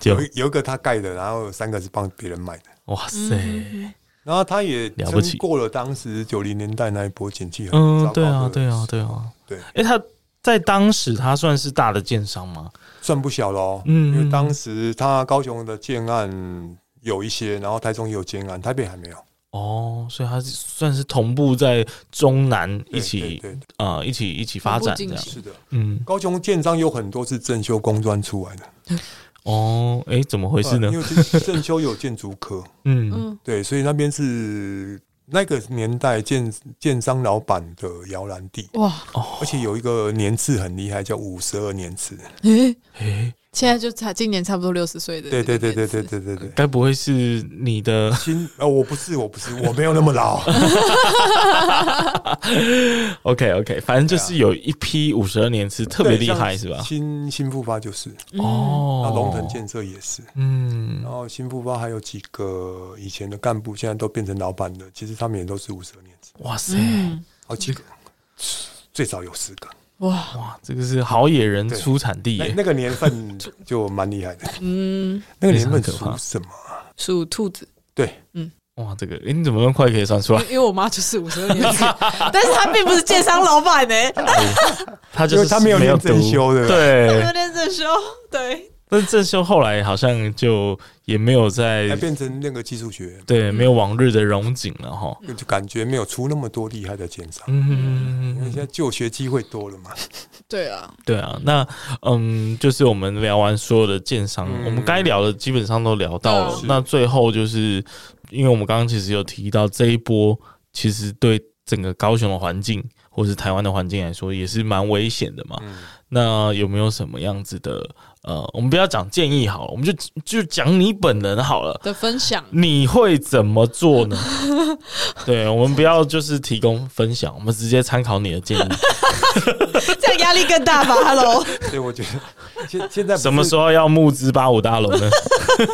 A: 就
D: 有一有一个他盖的，然后有三个是帮别人卖的。
A: 哇塞，
C: 嗯
D: 然后他也
A: 了不起
D: 撑过了当时九零年代那一波景气很糟
A: 嗯，
D: 糕
A: 对啊，
D: 的，
A: 对啊，对啊，
D: 对
A: 哎，他在当时他算是大的建商吗？
D: 算不小喽。
A: 嗯
D: 因为当时他高雄的建案有一些，然后台中也有建案，台北还没有。
A: 哦，所以他是算是同步在中南一
D: 对
A: 起
D: 对对
A: 啊，一起一起发展这
C: 同步
A: 样
C: 进，行
D: 是的，
A: 嗯，
D: 高雄建商有很多是正修工专出来的，啊
A: 哦，哎，怎么回事呢
D: 呃因？为其实正修有建筑科，
A: 嗯，
C: 嗯
D: 对，所以那边是那个年代建建商老板的摇篮地，
A: 嗯
C: 哇，
D: 而且有一个年次很厉害，叫五十二年次。
C: 诶，
A: 哎，
C: 现在就差今年差不多六十岁的，
D: 对对对对对，对对对。
A: 该不会是你 的？
D: 新呃，我不是，我不是，我没有那 么老。
A: OK OK，反正就是有一批五十二年是特别厉害，
D: 啊对像
A: 是吧？
D: 新新复发就是，
C: 哦，
A: 哦
D: 那，龙腾建设也是。
A: 嗯
D: 然，后新复发还有几个以前的干部，现在都变成老板的，其实他们也都是五十二年制，
A: 哇塞，
C: 嗯，
D: 好几个，最少有十个。
C: 哇，
A: 哇，这个是好野人
D: 对
A: 出产地
D: 那
A: 耶，
D: 那个年 份就蛮厉害的，
C: 嗯，
D: 那个年份
A: 非常可怕
D: 属什么？
C: 属兔子，
D: 对，
A: 哇，这个哎，你怎么那么快可以算出来？
C: 因为我妈就是 五十二年次，但是她并不是建商老板欸呢，
A: 他
D: 因
A: 就
D: 为
A: 是
D: 他没有
A: 有
D: 念
A: 读
D: 正，修的，
A: 对
C: 有，点整修，对，
A: 但是郑秀后来好像就也没有
D: 才
A: 在
D: 变成那个技术学，
A: 对没有往日的荣景了哈。
D: 就感觉没有出那么多厉害的建商。因为
A: 嗯
D: 现，在就学机会多了 嘛，
C: 对啊，
A: 对啊，那嗯，就是我们聊完所有的建商，
D: 嗯
A: 我们该聊的基本上都聊到了
C: 嗯。
D: 是
A: 那最后就是，因为我们刚刚其实有提到这一波，其实对整个高雄的环境或是台湾的环境来说，也是蛮危险的嘛。
D: 嗯，
A: 那有没有什么样子的呃，我们不要讲建议好了，我们就就讲你本人好了。
C: 的 分享，
A: 你会怎么做呢？对我们不要就是提供分享，我们直接参考你的建议。
C: 这样压力更大吧？Hello，
D: 所以我觉得现现在不是
A: 什么时候要募资八五大楼呢？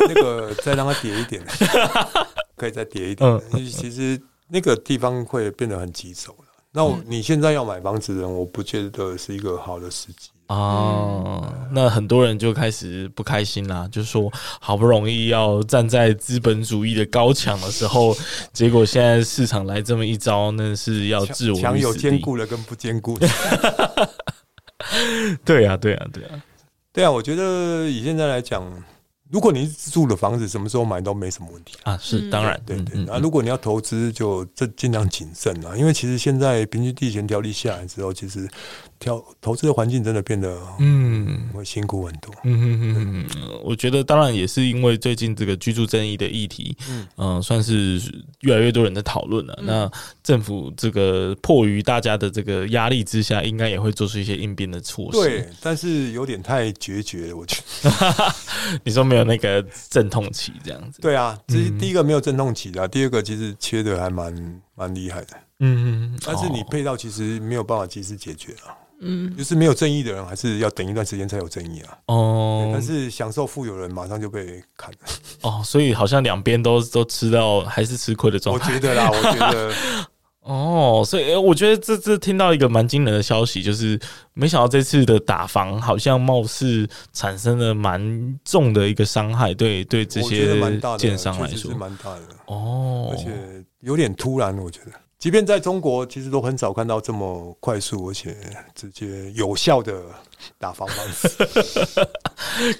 D: 那个再让它叠一点， 可以再叠一
A: 嗯
D: 点。因为其实那个地方会变得很棘手了。那
A: 嗯
D: 我你现在要买房子的人，我不觉得是一个好的时机。
A: 哦，那很多人就开始不开心啦，就说好不容易要站在资本主义的高墙的时候，结果现在市场来这么一招，那是要哦置我
D: 墙
A: 于
D: 有
A: 死
D: 坚
A: 地。
D: 固的跟不坚固的。
A: 对啊，对啊，对啊，
D: 对啊，我觉得以现在来讲，如果你是住的房子，什么时候买都没什么问题。
A: 啊是
C: 嗯
A: 当然，
D: 对
A: 嗯
D: 对，
A: 嗯
D: 那、如果你要投资，就这尽量谨慎啊，因为其实现在平均地权条例下来之后，其实挑投资的环境真的变得
A: 嗯。
D: 会辛苦很多。
A: 嗯嗯嗯嗯，我觉得当然也是因为最近这个居住正义的议题，嗯
D: 嗯、
A: 算是越来越多人在讨论了。
C: 嗯
A: 那政府这个迫于大家的这个压力之下，应该也会做出一些应变的措施。
D: 对，但是有点太决绝了，我觉得。
A: 你说没有那个阵痛期这样子，
D: 对啊，这
A: 嗯
D: 第一个没有震动起的啊、第二个其实缺的还蛮蛮厉害的。
A: 嗯，嗯
D: 但是你
A: 哦
D: 配套其实没有办法及时解决啊，
C: 嗯，
D: 就是没有正义的人还是要等一段时间才有正义啊。
A: 哦，
D: 但是享受富有的人马上就被砍了，
A: 哦，所以好像两边都都吃到还是吃亏的状
D: 我
A: 态
D: 觉得 啦，我觉得
A: 哦，所以、诶我觉得这次听到一个蛮惊人的消息，就是没想到这次的打防好像貌似产生了蛮重的一个伤害，对对这
D: 我觉得
A: 些
D: 蛮大的，
A: 建商来
D: 确实
A: 说
D: 是，蛮大的，
A: 哦
D: 而，且有点突然，我觉得即便在中国，其实都很少看到这么快速而且直接有效的打房方式。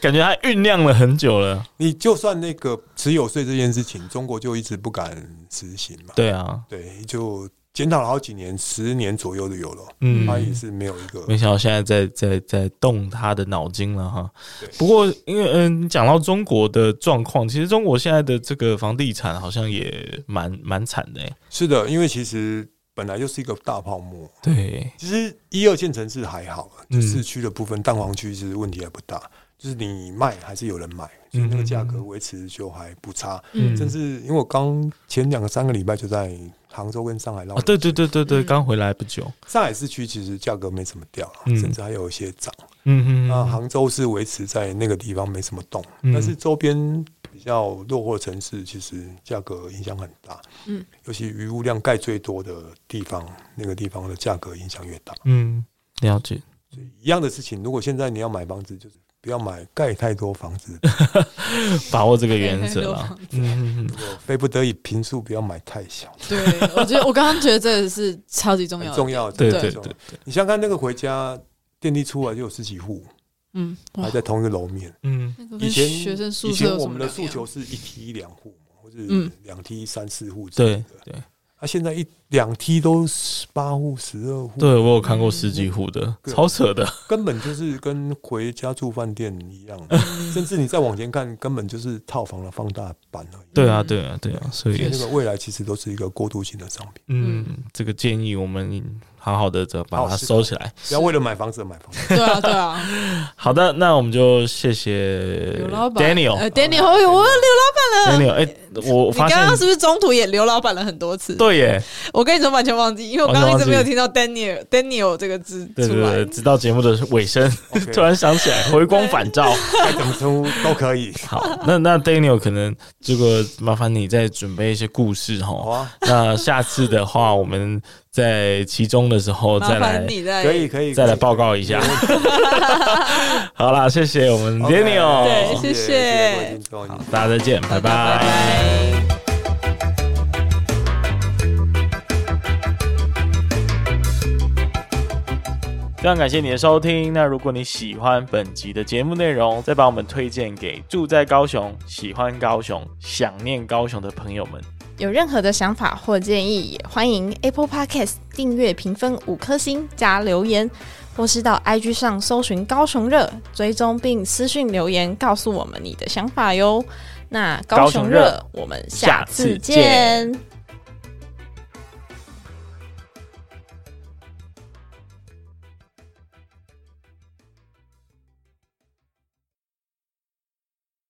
A: 感觉它酝酿了很久了。
D: 你就算那个持有税这件事情，中国就一直不敢实行嘛。
A: 对啊，
D: 对，就检讨了好几年，十年左右的有了，
A: 嗯
D: 他也是没有一个
A: 没想到现在在在在动他的脑筋了哈
D: 对。
A: 不过，因为嗯，你讲到中国的状况，其实中国现在的这个房地产好像也蛮蛮惨的、欸。
D: 是的，因为其实本来就是一个大泡沫。
A: 对，
D: 其实一二线城市还好，啊
A: 嗯
D: 就市区的部分，蛋黄区其实问题还不大，就是你卖还是有人买，所以那个价格维持就还不差。
A: 嗯
D: 甚至因为我刚前两个三个礼拜就在杭州跟上海
A: 啊
D: 浪，，
A: 对对对对对，
C: 嗯
A: 刚回来不久。
D: 上海市区其实价格没怎么掉，啊
A: 嗯
D: 甚至还有一些涨。
A: 嗯嗯
D: 那
A: 嗯，
D: 杭州是维持在那个地方没什么动，
A: 嗯
D: 但是周边比较落后的城市，其实价格影响很大。
C: 嗯，
D: 尤其余物量盖最多的地方，那个地方的价格影响越大。
A: 嗯，了解。
D: 所以一样的事情，如果现在你要买房子，就是不要买盖太多房子，
A: 把握这个原 则
C: 太多
D: 啊
A: 啦
C: 房。
A: 嗯嗯嗯，
D: 如果非不得已平数不要买太小，
C: 对，我觉得我刚刚觉得这个是超级重
D: 很
C: 要的，
D: 重要。
A: 对
D: 这
A: 对
D: 很
A: 对
D: 重要
A: 对，
D: 你想想看那个回家电梯出来就有十几户，
C: 嗯，哇
D: 还，在同一个楼面。
A: 嗯
C: 那个
D: 以
C: 跟
D: 前
C: 学生宿
D: 以
C: 舍
D: 前
C: 有
D: 我
C: 什
D: 们
C: 么
D: 的
C: 两
D: 诉
C: 样
D: 求是一梯两户嘛，或者
C: 嗯
D: 两梯三四户之类
A: 对
D: 的。
A: 对
D: 啊，现在一两梯都十八户、十二户，
A: 对，我有看过十几户的，
D: 对
A: 超扯的。
D: 根本就是跟回家住饭店一样，
C: 嗯
D: 甚至你再往前看，根本就是套房的放大版而已。
A: 对啊对啊对啊，所
D: 所以
A: 以
D: 那个未来其实都是一个过渡性的商品，
A: 嗯，这个建议我们好好的把
D: 好
A: 它
D: 思考
A: 收起来。
D: 不要为了买房子而买 房子。
C: 对啊，对啊，
A: 好的，那我们就谢谢
C: 刘老板
A: Daniel。
C: 呃，Daniel，哎呦，我刘老板了。
A: Daniel，哎，我
C: 你
A: 发现
C: 刚刚是不是中途也刘老板了很多次？
A: 对耶，
C: 我跟你说完全忘记，因为我刚刚一直没有听到 Daniel Daniel 这个字
A: 对
C: 出
A: 对
C: 来
A: 对，。直到节目的尾声，
D: OK，
A: 突然想起来，回光返照。
D: 该怎么称呼都可以。
A: 好，那那 Daniel 可能这个麻烦你再准备一些故事
D: 好
A: 哈。
D: 啊，
A: 那下次的话，我们在其中的时候
C: 麻
A: 再
C: 烦
A: 来
C: 你再
D: 可以可以，
A: 再来
D: 可以
A: 报告一下。好啦，谢谢我们
D: OK，
A: Daniel，
C: 对谢
D: 谢
C: 谢
D: 谢各位听众
A: 大家再见，拜拜。
C: 拜
A: 非常感谢你的收听。那如果你喜欢本集的节目内容，再把我们推荐给住在高雄、喜欢高雄、想念高雄的朋友们。
E: 有任何的想法或建议，也欢迎 Apple Podcast 订阅、评分五颗星加留言，或是到 IG 上搜寻高雄热，追踪并私讯留言告诉我们你的想法哟。那高
A: 高雄
E: 雄
A: 热
E: 热，我们下
A: 下次
E: 次
A: 见
E: 见。